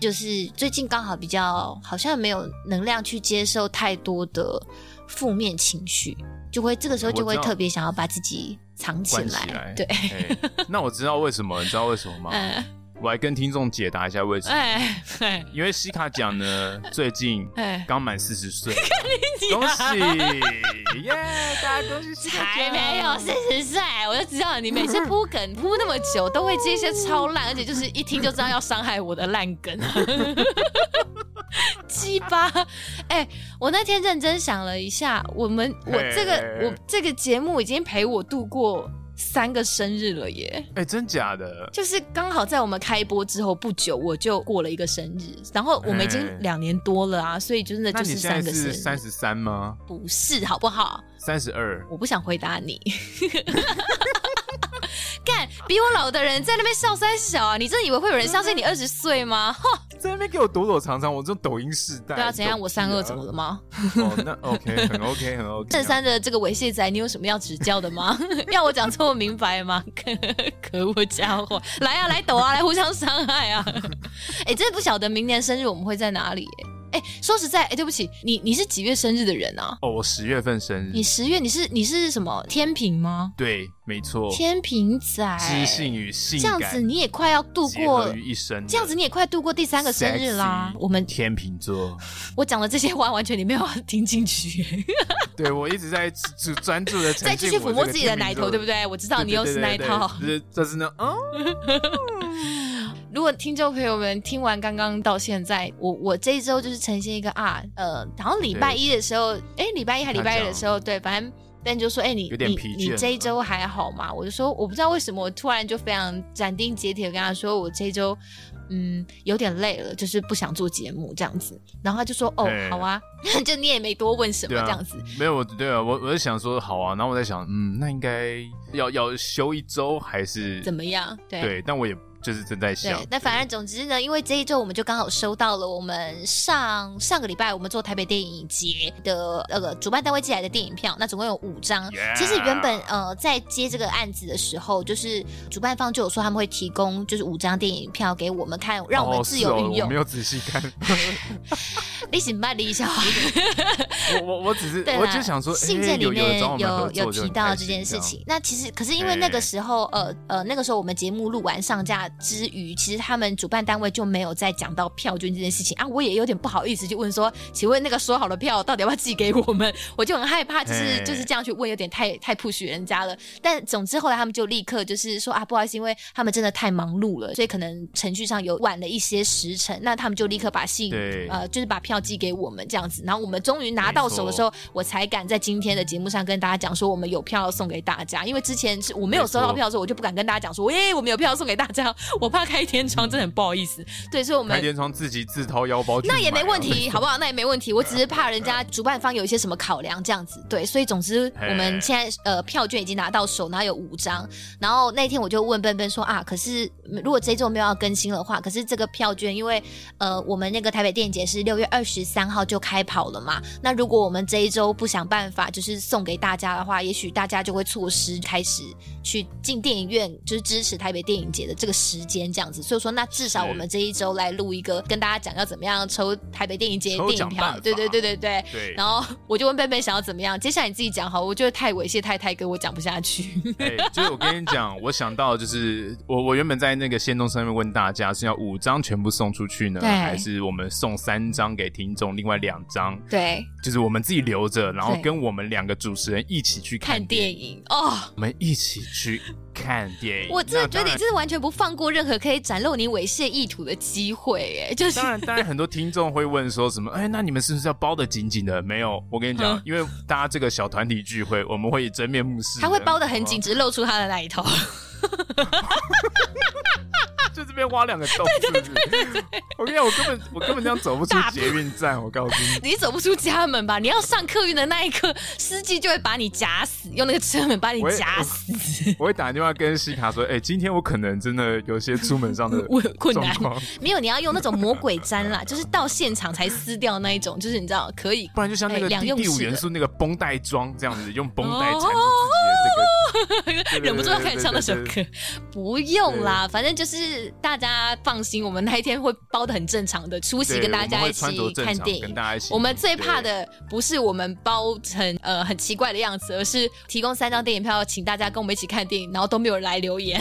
[SPEAKER 2] 就是最近刚好比较好像没有能量去接受太多的负面情绪，就会这个时候
[SPEAKER 1] 我
[SPEAKER 2] 就会
[SPEAKER 1] 知道
[SPEAKER 2] 特别想要把自己藏起
[SPEAKER 1] 关
[SPEAKER 2] 来。
[SPEAKER 1] 起来，哦
[SPEAKER 2] 对，
[SPEAKER 1] 嘿。那我知道为什么，你知道为什么吗？
[SPEAKER 2] 哎
[SPEAKER 1] 我来跟听众解答一下为什么，
[SPEAKER 2] 哎哎
[SPEAKER 1] 因为西卡讲 呢，最近
[SPEAKER 2] 哎，
[SPEAKER 1] 刚满四十 岁，恭喜耶！大家恭喜西卡
[SPEAKER 2] 才
[SPEAKER 1] 酱
[SPEAKER 2] 没有四十岁，我就知道你每次铺梗铺那么久，都会接一些超烂，而且就是一听就知道要伤害我的烂梗， 鸡巴！哎、我那天认真想了一下，我们我
[SPEAKER 1] 嘿
[SPEAKER 2] 这个
[SPEAKER 1] 嘿嘿
[SPEAKER 2] 我这个节目已经陪我度过。三个生日了耶，
[SPEAKER 1] 哎，真假的？
[SPEAKER 2] 就是刚好在我们开播之后不久，我就过了一个生日，然后我们已经
[SPEAKER 1] 嘿
[SPEAKER 2] 两年多了啊，所以真的
[SPEAKER 1] 那
[SPEAKER 2] 就
[SPEAKER 1] 你
[SPEAKER 2] 是
[SPEAKER 1] 现在
[SPEAKER 2] 三个生
[SPEAKER 1] 是三
[SPEAKER 2] 日，
[SPEAKER 1] 十三吗？
[SPEAKER 2] 不是好不好？
[SPEAKER 1] 三十二？
[SPEAKER 2] 我不想回答你。 干，比我老的人在那边笑三小啊！你真的以为会有人相信你二十岁吗？哼
[SPEAKER 1] 在那边给我躲躲藏藏，我这种抖音世代。
[SPEAKER 2] 对啊，怎样？我三二怎么
[SPEAKER 1] 了？
[SPEAKER 2] 了吗？
[SPEAKER 1] 哦，那 OK，很 OK，很 OK。
[SPEAKER 2] 正三的这个猥亵仔，你有什么要指教的吗？ 要我讲错明白吗？可可恶家伙，来啊，来抖啊，来互相伤害啊！ 哎、真的不晓得明年生日我们会在哪里、欸。哎、说实在，哎、对不起，你你是几月生日的人啊？
[SPEAKER 1] 哦，我十月份生日
[SPEAKER 2] 你。十月，你是你是什么天平吗？
[SPEAKER 1] 对，没错。
[SPEAKER 2] 天平仔，
[SPEAKER 1] 哦知性与性
[SPEAKER 2] 这样
[SPEAKER 1] 感
[SPEAKER 2] 子你也快要度
[SPEAKER 1] 结
[SPEAKER 2] 过
[SPEAKER 1] 合于一身的，
[SPEAKER 2] 这样子你也快度过第三个生日啦
[SPEAKER 1] Sexy。
[SPEAKER 2] 我们
[SPEAKER 1] 天秤 座，
[SPEAKER 2] 我讲的这些话完全你没有听 进去，
[SPEAKER 1] 对我一直在只专注的
[SPEAKER 2] 再继续抚摸自己的奶头，对不
[SPEAKER 1] 对？
[SPEAKER 2] 对？我知道你又是那一套。
[SPEAKER 1] 对，对对对这是那嗯，
[SPEAKER 2] 如果听众朋友们听完刚刚到现在，我我这一周就是呈现一个啊，呃，好像礼拜一的时候，哎，礼拜一还礼拜二的时候，对，反正。但就说，哎、你
[SPEAKER 1] 有点
[SPEAKER 2] 你
[SPEAKER 1] 疲倦嗯
[SPEAKER 2] 你这一周还好吗？我就说，我不知道为什么，我突然就非常斩钉截铁地跟他说，我这一周，嗯，有点累了，就是不想做节目这样子。然后他就说，哦
[SPEAKER 1] 对，
[SPEAKER 2] 好啊， 就你也没多问什么
[SPEAKER 1] 对啊
[SPEAKER 2] 这样子。
[SPEAKER 1] 没有我对啊，我我在想说好啊，然后我在想，嗯，那应该要要休一周还是
[SPEAKER 2] 怎么样？对。啊
[SPEAKER 1] 对，但我也就是正在想
[SPEAKER 2] 对，，那反正总之呢，因为这一周我们就刚好收到了我们上上个礼拜我们做台北电影节的那个、主办单位寄来的电影票，那总共有五张。
[SPEAKER 1] Yeah
[SPEAKER 2] 其实原本呃在接这个案子的时候，就是主办方就有说他们会提供就是五张电影票给我们看，让我们
[SPEAKER 1] 哦
[SPEAKER 2] 自
[SPEAKER 1] 是
[SPEAKER 2] 由
[SPEAKER 1] 哦
[SPEAKER 2] 运
[SPEAKER 1] 我
[SPEAKER 2] 用
[SPEAKER 1] 没。有仔细 看，
[SPEAKER 2] 你行吧，李小华。
[SPEAKER 1] 我我我只是
[SPEAKER 2] 对啦啊
[SPEAKER 1] 我就想说，
[SPEAKER 2] 信
[SPEAKER 1] 哎
[SPEAKER 2] 件里
[SPEAKER 1] 有有人
[SPEAKER 2] 面
[SPEAKER 1] 找我们合
[SPEAKER 2] 有
[SPEAKER 1] 作就
[SPEAKER 2] 提
[SPEAKER 1] 很
[SPEAKER 2] 到
[SPEAKER 1] 开
[SPEAKER 2] 这
[SPEAKER 1] 心
[SPEAKER 2] 件事
[SPEAKER 1] 样
[SPEAKER 2] 情。那其实可是因为那个时候，呃呃，那个时候我们节目录完上架之余，其实他们主办单位就没有再讲到票券这件事情啊。我也有点不好意思去问说，请问那个说好的票到底要不要寄给我们？我就很害怕，就是
[SPEAKER 1] 嘿
[SPEAKER 2] 就是这样去问，有点太太 push 人家了。但总之后来他们就立刻就是说啊，不好意思，因为他们真的太忙碌了，所以可能程序上有晚了一些时辰，那他们就立刻把信
[SPEAKER 1] 对
[SPEAKER 2] 呃就是把票寄给我们这样子，然后我们终于拿到手的时候，我才敢在今天的节目上跟大家讲说我们有票送给大家，因为之前是我没有收到票的时候，我就不敢跟大家讲说，哎、我们有票送给大家，我怕开天窗，真的很不好意思。对，所以我
[SPEAKER 1] 开
[SPEAKER 2] 们。
[SPEAKER 1] 天窗自己自掏腰包去买啊、
[SPEAKER 2] 那也没问题，好不好？那也没问题，我只是怕人家主办方有一些什么考量这样子，对，所以总之
[SPEAKER 1] 嘿
[SPEAKER 2] 我们现在呃票券已经拿到手，然后有五张，然后那天我就问笨笨说啊，可是嗯如果这一周没有要更新的话，可是这个票券因为呃我们那个台北电影节是六月二十三号就开跑了嘛，那如果我们这一周不想办法就是送给大家的话，也许大家就会错失开始去进电影院，就是支持台北电影节的这个时间这样子。所以说，那至少
[SPEAKER 1] 是
[SPEAKER 2] 我们这一周来录一个，跟大家讲要怎么样抽台北电影节
[SPEAKER 1] 抽
[SPEAKER 2] 电影
[SPEAKER 1] 奖办
[SPEAKER 2] 票。
[SPEAKER 1] 法
[SPEAKER 2] 对对对对对。
[SPEAKER 1] 对，
[SPEAKER 2] 然后我就问贝贝想要怎么样，接下来你自己讲好，我觉得太猥亵太太跟我讲不下去。
[SPEAKER 1] 哎、就是我跟你讲，我想到就是我我原本在那个线动上面问大家是要五张全部送出去呢，
[SPEAKER 2] 对
[SPEAKER 1] 还是我们送三张给听众，另外两张
[SPEAKER 2] 对，
[SPEAKER 1] 就是我们自己留着，然后
[SPEAKER 2] 对
[SPEAKER 1] 跟我们两个主持人一起去看
[SPEAKER 2] 看电
[SPEAKER 1] 影，
[SPEAKER 2] 影哦，
[SPEAKER 1] 我们一起去看电影。
[SPEAKER 2] 我真的
[SPEAKER 1] 那
[SPEAKER 2] 觉
[SPEAKER 1] 当
[SPEAKER 2] 得你
[SPEAKER 1] 然
[SPEAKER 2] 真的完全不放过任何可以展露你猥亵意图的机会，哎，就是
[SPEAKER 1] 当然，当然，很多听众会问说什么？哎、那你们是不是要包的紧紧的？没有，我跟你讲
[SPEAKER 2] 嗯，
[SPEAKER 1] 因为大家这个小团体聚会，我们会以真面目示人。
[SPEAKER 2] 他会包的很紧，
[SPEAKER 1] 好
[SPEAKER 2] 只露出他的那一头。
[SPEAKER 1] 吗，就这边挖两个洞。对对对我跟你讲，我根本我根本这样走不出
[SPEAKER 2] 大
[SPEAKER 1] 捷运站，我告诉你。
[SPEAKER 2] 你走不出家门吧？你要上客运的那一刻，司机就会把你夹死，用那个车门把你
[SPEAKER 1] 我也
[SPEAKER 2] 夹死。
[SPEAKER 1] 我会打电话跟西卡说，哎、今天我可能真的有些出门上的
[SPEAKER 2] 我有困难
[SPEAKER 1] 状况，
[SPEAKER 2] 没有，你要用那种魔鬼毡啦，就是到现场才撕掉那一种，就是你知道可以
[SPEAKER 1] 不然就像那
[SPEAKER 2] 哎
[SPEAKER 1] 个
[SPEAKER 2] 两
[SPEAKER 1] 第
[SPEAKER 2] 用
[SPEAKER 1] 第五
[SPEAKER 2] 式的
[SPEAKER 1] 元素那个绷带装这样子，用绷带缠住自己 对对对
[SPEAKER 2] 哦忍不住要开始唱那首
[SPEAKER 1] 对
[SPEAKER 2] 歌。不用啦，反正就是大家放心，我们那一天会包的很正常的，出
[SPEAKER 1] 自己
[SPEAKER 2] 席
[SPEAKER 1] 的这个，对我
[SPEAKER 2] 跟大
[SPEAKER 1] 们
[SPEAKER 2] 家
[SPEAKER 1] 会
[SPEAKER 2] 一
[SPEAKER 1] 穿着
[SPEAKER 2] 起
[SPEAKER 1] 正
[SPEAKER 2] 看
[SPEAKER 1] 常
[SPEAKER 2] 电
[SPEAKER 1] 跟
[SPEAKER 2] 影。
[SPEAKER 1] 大家一起。
[SPEAKER 2] 我们最怕
[SPEAKER 1] 对，
[SPEAKER 2] 的不是我们包成呃很奇怪的样子，而是提供三张电影票，请大家跟我们一起看电影，然后都没有人来 留言。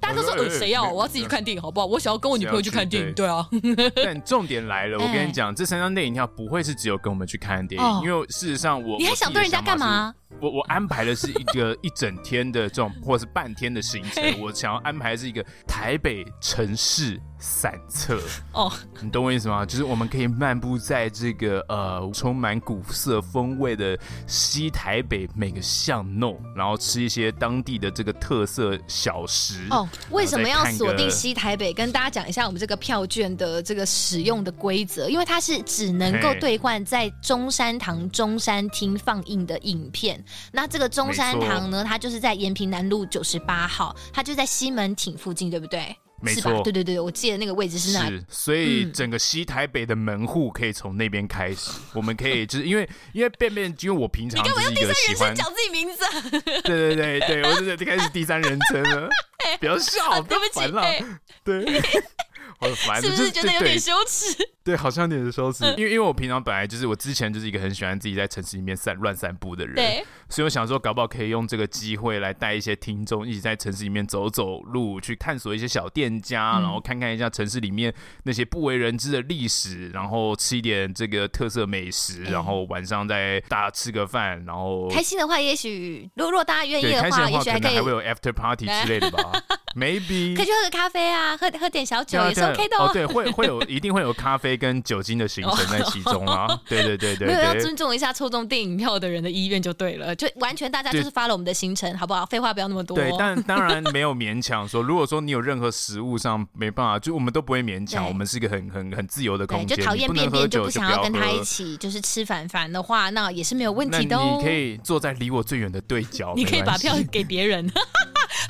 [SPEAKER 2] 大家都说
[SPEAKER 1] 我说
[SPEAKER 2] 呃
[SPEAKER 1] 呃
[SPEAKER 2] 谁要啊？
[SPEAKER 1] 没
[SPEAKER 2] 我要自己去看电影好不好？我想要跟我女朋友去看电影，对啊，
[SPEAKER 1] 但重点来了，我跟你讲，这三张电影票不会是只有跟我们去看电
[SPEAKER 2] 哎哦
[SPEAKER 1] 影，因为事实上我
[SPEAKER 2] 你还
[SPEAKER 1] 我自
[SPEAKER 2] 想
[SPEAKER 1] 己
[SPEAKER 2] 对
[SPEAKER 1] 的
[SPEAKER 2] 人家
[SPEAKER 1] 想法
[SPEAKER 2] 干
[SPEAKER 1] 是
[SPEAKER 2] 嘛？
[SPEAKER 1] 我我安排的是一个一整天的这种，或者是半天的行程
[SPEAKER 2] 嘿。
[SPEAKER 1] 我想要安排的是一个台北城市散策。
[SPEAKER 2] 哦，
[SPEAKER 1] 你懂我意思吗？就是我们可以漫步在这个呃充满古色风味的西台北每个巷弄，然后吃一些当地的这个特色小食。
[SPEAKER 2] 哦，为什么要锁
[SPEAKER 1] 嗯然后再看
[SPEAKER 2] 定
[SPEAKER 1] 个
[SPEAKER 2] 西台北？跟大家讲一下我们这个票券的这个使用的规则，因为它是只能够
[SPEAKER 1] 嘿
[SPEAKER 2] 兑换在中山堂中山厅放映的影片。那这个中山
[SPEAKER 1] 没错
[SPEAKER 2] 堂呢，它就是在延平南路九十八号，它就在西门町附近，对不对？
[SPEAKER 1] 没
[SPEAKER 2] 是吧
[SPEAKER 1] 错
[SPEAKER 2] 对对对，我记得那个位置是那里。
[SPEAKER 1] 是，所
[SPEAKER 2] 嗯
[SPEAKER 1] 以整个西台北的门户可以从那边开始。我们可以就是因为因为便便，因为我平常就是一个喜
[SPEAKER 2] 人
[SPEAKER 1] 欢
[SPEAKER 2] 生，讲自己名字啊、
[SPEAKER 1] 对对对对，我真的开始第三人称了， 不要笑，
[SPEAKER 2] 对不
[SPEAKER 1] 要烦
[SPEAKER 2] 起，
[SPEAKER 1] 了，
[SPEAKER 2] 哎、
[SPEAKER 1] 对，我很烦，
[SPEAKER 2] 是嗯不
[SPEAKER 1] 就是
[SPEAKER 2] 觉得有
[SPEAKER 1] 对
[SPEAKER 2] 点羞耻？
[SPEAKER 1] 对，好像有点羞耻，因为因为我平常本来就是我之前就是一个很喜欢自己在城市里面散乱散步的人，
[SPEAKER 2] 对，
[SPEAKER 1] 所以我想说，搞不好可以用这个机会来带一些听众一起在城市里面走走路，去探索一些小店家，然后
[SPEAKER 2] 嗯
[SPEAKER 1] 看看一下城市里面那些不为人知的历史，然后吃一点这个特色美食，然后晚上再大家吃个饭，然后
[SPEAKER 2] 哎开心的话，也许如果如果大家愿意
[SPEAKER 1] 对
[SPEAKER 2] 的
[SPEAKER 1] 开心
[SPEAKER 2] 话，
[SPEAKER 1] 的
[SPEAKER 2] 也
[SPEAKER 1] 话，
[SPEAKER 2] 许
[SPEAKER 1] 可
[SPEAKER 2] 还可
[SPEAKER 1] 能
[SPEAKER 2] 以
[SPEAKER 1] 还会有 after party 之类的 吧，maybe
[SPEAKER 2] 可以去喝个咖啡啊，喝喝点小酒
[SPEAKER 1] 对啊
[SPEAKER 2] 也是
[SPEAKER 1] 对啊
[SPEAKER 2] OK 的
[SPEAKER 1] 哦，对，会会有一定会有咖啡跟酒精的形成在其中啊，对对对对
[SPEAKER 2] 哦 没有要
[SPEAKER 1] 对。
[SPEAKER 2] 尊重一下抽中电影票的人的意愿就对了，就完全大家就是
[SPEAKER 1] 对
[SPEAKER 2] 发了我们的行程，好不好？废话不要那么多。
[SPEAKER 1] 对，但当然没有勉强说。如果说你有任何食物上没办法，就我们都不会勉强，
[SPEAKER 2] 对
[SPEAKER 1] 我们是一个很很很自由的
[SPEAKER 2] 对
[SPEAKER 1] 空
[SPEAKER 2] 就
[SPEAKER 1] 间。
[SPEAKER 2] 讨厌
[SPEAKER 1] 你不
[SPEAKER 2] 便
[SPEAKER 1] 能喝
[SPEAKER 2] 便就
[SPEAKER 1] 酒
[SPEAKER 2] 不
[SPEAKER 1] 就
[SPEAKER 2] 想
[SPEAKER 1] 不
[SPEAKER 2] 要
[SPEAKER 1] 要
[SPEAKER 2] 跟他一
[SPEAKER 1] 喝。
[SPEAKER 2] 起，就是吃饭饭的话，那也是没有问
[SPEAKER 1] 那
[SPEAKER 2] 题的哦。
[SPEAKER 1] 你可以坐在离我最远的对角，
[SPEAKER 2] 你可
[SPEAKER 1] 没
[SPEAKER 2] 以把
[SPEAKER 1] 关系
[SPEAKER 2] 票给别人，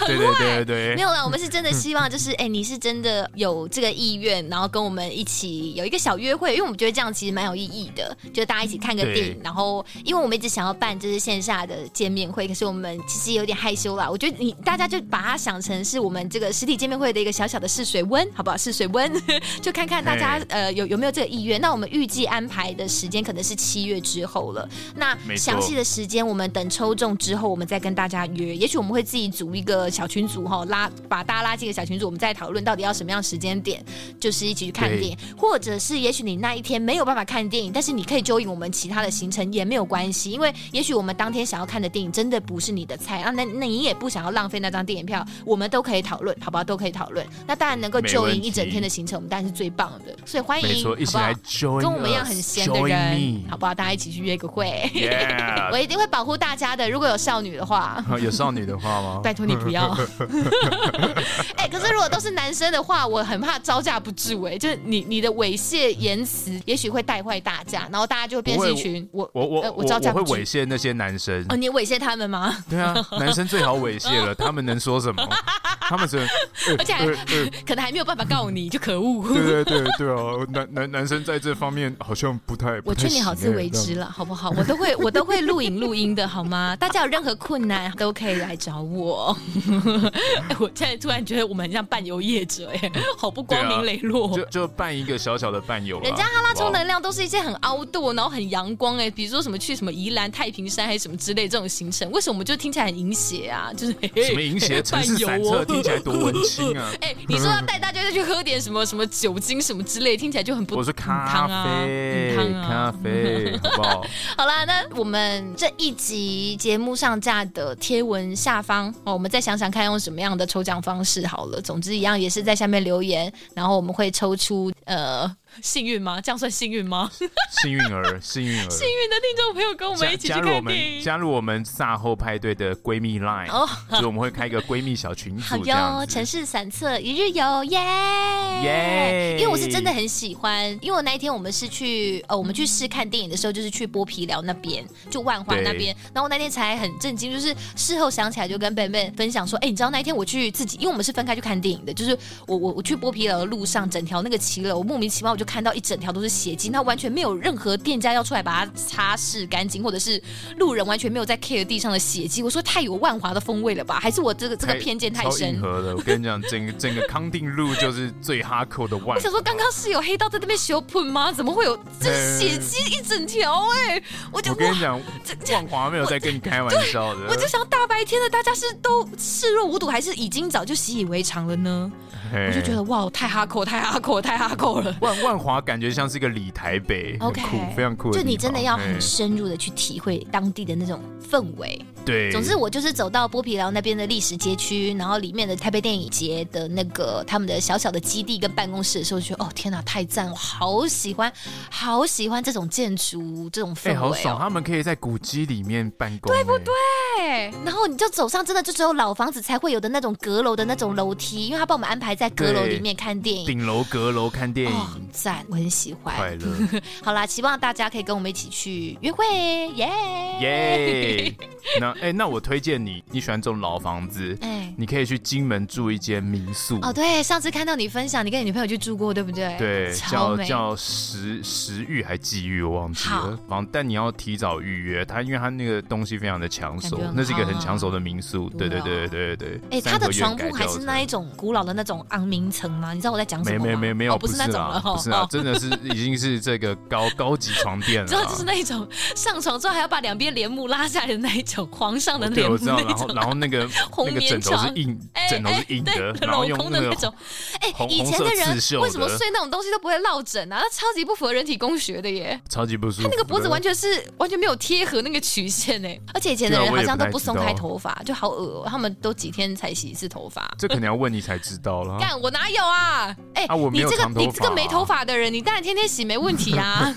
[SPEAKER 1] 对对对对
[SPEAKER 2] 没
[SPEAKER 1] 对。
[SPEAKER 2] 有啦，我们是真的希望，就是哎、你是真的有这个意愿，然后跟我们一起有一个小约会，因为我们觉得这样其实蛮有意义的，就大家一起看个
[SPEAKER 1] 对
[SPEAKER 2] 电影，然后因为我们一直想要办就是线下的见面会，可是我们其实有点害羞啦。我觉得你大家就把它想成是我们这个实体见面会的一个小小的试水温，好不好？试水温， 就看看大家
[SPEAKER 1] 嘿
[SPEAKER 2] 呃有有没有这个意愿。那我们预计安排的时间可能是七月之后了。那
[SPEAKER 1] 没错
[SPEAKER 2] 详细的时间，我们等抽中之后，我们再跟大家约。也许我们会自己组一个小群组哈、拉把大家拉进一个小群组，我们再讨论到底要什么样时间点，就是一起去看
[SPEAKER 1] 对
[SPEAKER 2] 电影，或者是也许你那一天没有办法看电影，但是你可以揪引我们其他的行程也没有关系，因为也许我们当天想要看的电影真的不是你的菜啊，那那你也不想要浪费那张电影票，我们都可以讨论，好不好？都可以讨论。那当然能够
[SPEAKER 1] 没
[SPEAKER 2] 揪
[SPEAKER 1] 问
[SPEAKER 2] 引一整
[SPEAKER 1] 题
[SPEAKER 2] 天的行程，我们当然是最棒的，所以欢迎，
[SPEAKER 1] 没错，一起
[SPEAKER 2] 好不好
[SPEAKER 1] 来 join，
[SPEAKER 2] 跟我们一样很闲的
[SPEAKER 1] us，join
[SPEAKER 2] 人，
[SPEAKER 1] me
[SPEAKER 2] 好不好？大家一起去约个会，我
[SPEAKER 1] Yeah，
[SPEAKER 2] 一定会保护大家的。如果有少女的话，
[SPEAKER 1] 有少女的话吗？
[SPEAKER 2] 拜托你不要要。 哎、可是如果都是男生的话，我很怕招架不住、哎，就是你你的猥亵言辞，也许会带坏大家，然后大家就会变成一群我
[SPEAKER 1] 我我
[SPEAKER 2] 呃我
[SPEAKER 1] 我
[SPEAKER 2] 招架
[SPEAKER 1] 会
[SPEAKER 2] 不住
[SPEAKER 1] 猥亵那些男生
[SPEAKER 2] 哦，，你猥亵他们 吗？
[SPEAKER 1] 对 啊，男生最好猥亵了，他们能说什么？他们只呃能，
[SPEAKER 2] 而且还
[SPEAKER 1] 对 对
[SPEAKER 2] 可能还没有办法告你，就可恶。
[SPEAKER 1] 对对对对啊，男男男生在这方面好像不太，
[SPEAKER 2] 我
[SPEAKER 1] 不太
[SPEAKER 2] 劝你好自
[SPEAKER 1] 行欸
[SPEAKER 2] 为之。了，好不好？我都会，我都会录影录音的，好吗？ 大家有任何困难都可以来找 我。哎我现在突然觉得我们很像伴游业者，哎，好不光明磊落。
[SPEAKER 1] 啊这样就就办一个小小的伴游啦，
[SPEAKER 2] 人家哈拉充
[SPEAKER 1] 好
[SPEAKER 2] 能量都是一些很凹度，然后很阳光哎、比如说什么去什么宜兰太平山还是什么之类这种行程，为什么我们就听起来很淫邪啊？就是
[SPEAKER 1] 不好什么淫邪、城市散策，听起来多文青 啊！
[SPEAKER 2] 哎、你说要带大家去喝点什么什么酒精什么之类，听起来就很不
[SPEAKER 1] 我说咖啡，
[SPEAKER 2] 嗯汤
[SPEAKER 1] 咖
[SPEAKER 2] 啊
[SPEAKER 1] 啡，好不好？
[SPEAKER 2] 好啦，那我们这一集节目上架的贴文下方哦，我们再想想看用什么样的抽奖方式好了。总之，一样也是在下面留言，然后我们会抽出呃幸运吗？这样算幸运吗？幸
[SPEAKER 1] 幸运 儿，幸运儿，
[SPEAKER 2] 运的听众朋友跟我们
[SPEAKER 1] 加
[SPEAKER 2] 一起去
[SPEAKER 1] 加入我
[SPEAKER 2] 看电
[SPEAKER 1] 们
[SPEAKER 2] 影。
[SPEAKER 1] 加入我们萨后派对的闺蜜 Line，、
[SPEAKER 2] 哦
[SPEAKER 1] 所以我们会开一个闺蜜小群
[SPEAKER 2] 好
[SPEAKER 1] 组这
[SPEAKER 2] 哟，
[SPEAKER 1] 样
[SPEAKER 2] 城
[SPEAKER 1] 子。
[SPEAKER 2] 市散策一日游，耶！
[SPEAKER 1] 耶
[SPEAKER 2] 因为我是真的很喜欢，因为我那一天我们是去呃，我们去试看电影的时候，就是去剥皮寮那边，就万华那边。然后我那天才很震惊，就是事后想起来就跟贝贝分享说，哎、你知道那一天我去自己，因为我们是分开去看电影的，就是我我我去剥皮寮的路上，整条那个骑楼，我莫名其妙我就看到一整条都是血迹，那完全没有任何店家要出来把它擦拭干净，或者是路人完全没有在 care 地上的血迹。我说太有万华的风味了吧？还是我这个这个
[SPEAKER 1] 太
[SPEAKER 2] 偏见太
[SPEAKER 1] 超
[SPEAKER 2] 深
[SPEAKER 1] 硬？核的，我跟你 讲，整个整个康定路就是最哈扣的万
[SPEAKER 2] 我。想说，刚刚是有黑道在那边修喷吗？怎么会有这
[SPEAKER 1] 嗯
[SPEAKER 2] 血迹一整条、哎，我就
[SPEAKER 1] 我
[SPEAKER 2] 哇
[SPEAKER 1] 跟你讲
[SPEAKER 2] 这，
[SPEAKER 1] 万华没有在跟你开玩笑的
[SPEAKER 2] 我，就想大白天的，大家是都视若无睹，还是已经早就习以为常了呢？
[SPEAKER 1] 嘿
[SPEAKER 2] 我就觉得哇，太哈口，太哈口，太哈口了。
[SPEAKER 1] 万万华感觉像是一个里台北很
[SPEAKER 2] OK
[SPEAKER 1] 酷，非常酷地
[SPEAKER 2] 就
[SPEAKER 1] 方。
[SPEAKER 2] 你真的要
[SPEAKER 1] 嘿
[SPEAKER 2] 很深入的去体会当地的那种氛围。
[SPEAKER 1] 对，
[SPEAKER 2] 总之，我就是走到剥皮寮那边的历史街区，然后里面的台北电影节的那个他们的小小的基地跟办公室的时候，觉得哦天哪，太赞！我好喜欢，好喜欢这种建筑这种氛
[SPEAKER 1] 哎、
[SPEAKER 2] 围、哦
[SPEAKER 1] 好爽，他们可以在古迹里面办公、对不对？
[SPEAKER 2] 对，然后你就走上真的就只有老房子才会有的那种阁楼的那种楼梯，因为他帮我们安排在阁楼里面看电影。
[SPEAKER 1] 顶楼阁楼看电影，
[SPEAKER 2] 哦，很赞，我很喜
[SPEAKER 1] 快
[SPEAKER 2] 欢。
[SPEAKER 1] 乐
[SPEAKER 2] 好啦，希望大家可以跟我们一起去约会，耶、
[SPEAKER 1] 耶！那哎、那我推荐你，你喜欢这种老房子，
[SPEAKER 2] 哎，
[SPEAKER 1] 你可以去金门住一间民宿，
[SPEAKER 2] 哦，对，上次看到你分享，你跟你女朋友去住过，对不对？
[SPEAKER 1] 对，
[SPEAKER 2] 超
[SPEAKER 1] 叫
[SPEAKER 2] 美。
[SPEAKER 1] 叫食食欲还寄欲，我忘记
[SPEAKER 2] 好
[SPEAKER 1] 了。然后但你要提早预约，它因为它那个东西非常的抢
[SPEAKER 2] 感
[SPEAKER 1] 手
[SPEAKER 2] 觉很，
[SPEAKER 1] 那是一个
[SPEAKER 2] 好
[SPEAKER 1] 很
[SPEAKER 2] 啊
[SPEAKER 1] 抢手的民宿。对
[SPEAKER 2] 对
[SPEAKER 1] 对
[SPEAKER 2] 啊
[SPEAKER 1] 对对对对。
[SPEAKER 2] 哎，他的床铺还是
[SPEAKER 1] 一。
[SPEAKER 2] 那一种古老的那种昂明层吗？你知道我在讲什
[SPEAKER 1] 没
[SPEAKER 2] 么吗？
[SPEAKER 1] 没没没有，
[SPEAKER 2] 哦不是那种了
[SPEAKER 1] 啦，
[SPEAKER 2] 哦，
[SPEAKER 1] 不是啊
[SPEAKER 2] 哦，
[SPEAKER 1] 真的是已经是这个高高级床垫 了
[SPEAKER 2] 你知
[SPEAKER 1] 啦。
[SPEAKER 2] 道就是那一种上床之后还要把两边帘幕拉下来的那一种，皇上的
[SPEAKER 1] 哦对，
[SPEAKER 2] 帘
[SPEAKER 1] 我
[SPEAKER 2] 幕
[SPEAKER 1] 知道，
[SPEAKER 2] 那
[SPEAKER 1] 然后
[SPEAKER 2] 种。
[SPEAKER 1] 然后那个
[SPEAKER 2] 红
[SPEAKER 1] 那个
[SPEAKER 2] 棉
[SPEAKER 1] 枕头是
[SPEAKER 2] 床
[SPEAKER 1] 硬
[SPEAKER 2] 哎，
[SPEAKER 1] 枕头
[SPEAKER 2] 哎
[SPEAKER 1] 是硬
[SPEAKER 2] 对
[SPEAKER 1] 的，然后
[SPEAKER 2] 镂
[SPEAKER 1] 用
[SPEAKER 2] 空的
[SPEAKER 1] 那
[SPEAKER 2] 那
[SPEAKER 1] 个
[SPEAKER 2] 种。哎、
[SPEAKER 1] 红
[SPEAKER 2] 以
[SPEAKER 1] 红
[SPEAKER 2] 前
[SPEAKER 1] 色
[SPEAKER 2] 的
[SPEAKER 1] 刺
[SPEAKER 2] 人
[SPEAKER 1] 绣
[SPEAKER 2] 为什么
[SPEAKER 1] 的
[SPEAKER 2] 睡那种东西都不会落枕啊？那超级不符合人体工学的耶！
[SPEAKER 1] 超级不舒服
[SPEAKER 2] 他
[SPEAKER 1] 的。
[SPEAKER 2] 那个脖子完全是完全没有贴合那个曲线哎，而且以前的
[SPEAKER 1] 对啊
[SPEAKER 2] 人
[SPEAKER 1] 我
[SPEAKER 2] 好
[SPEAKER 1] 也
[SPEAKER 2] 像
[SPEAKER 1] 不
[SPEAKER 2] 都
[SPEAKER 1] 太
[SPEAKER 2] 不
[SPEAKER 1] 知
[SPEAKER 2] 松开
[SPEAKER 1] 道
[SPEAKER 2] 头发，就好恶哦，他们都几天才洗一次头发。
[SPEAKER 1] 这可能要问你才知道了。
[SPEAKER 2] 干我哪有啊？哎、
[SPEAKER 1] 啊我没
[SPEAKER 2] 你
[SPEAKER 1] 有
[SPEAKER 2] 这个
[SPEAKER 1] 长头
[SPEAKER 2] 你这个
[SPEAKER 1] 发
[SPEAKER 2] 没头发的人，你当然天天洗没问 题啊。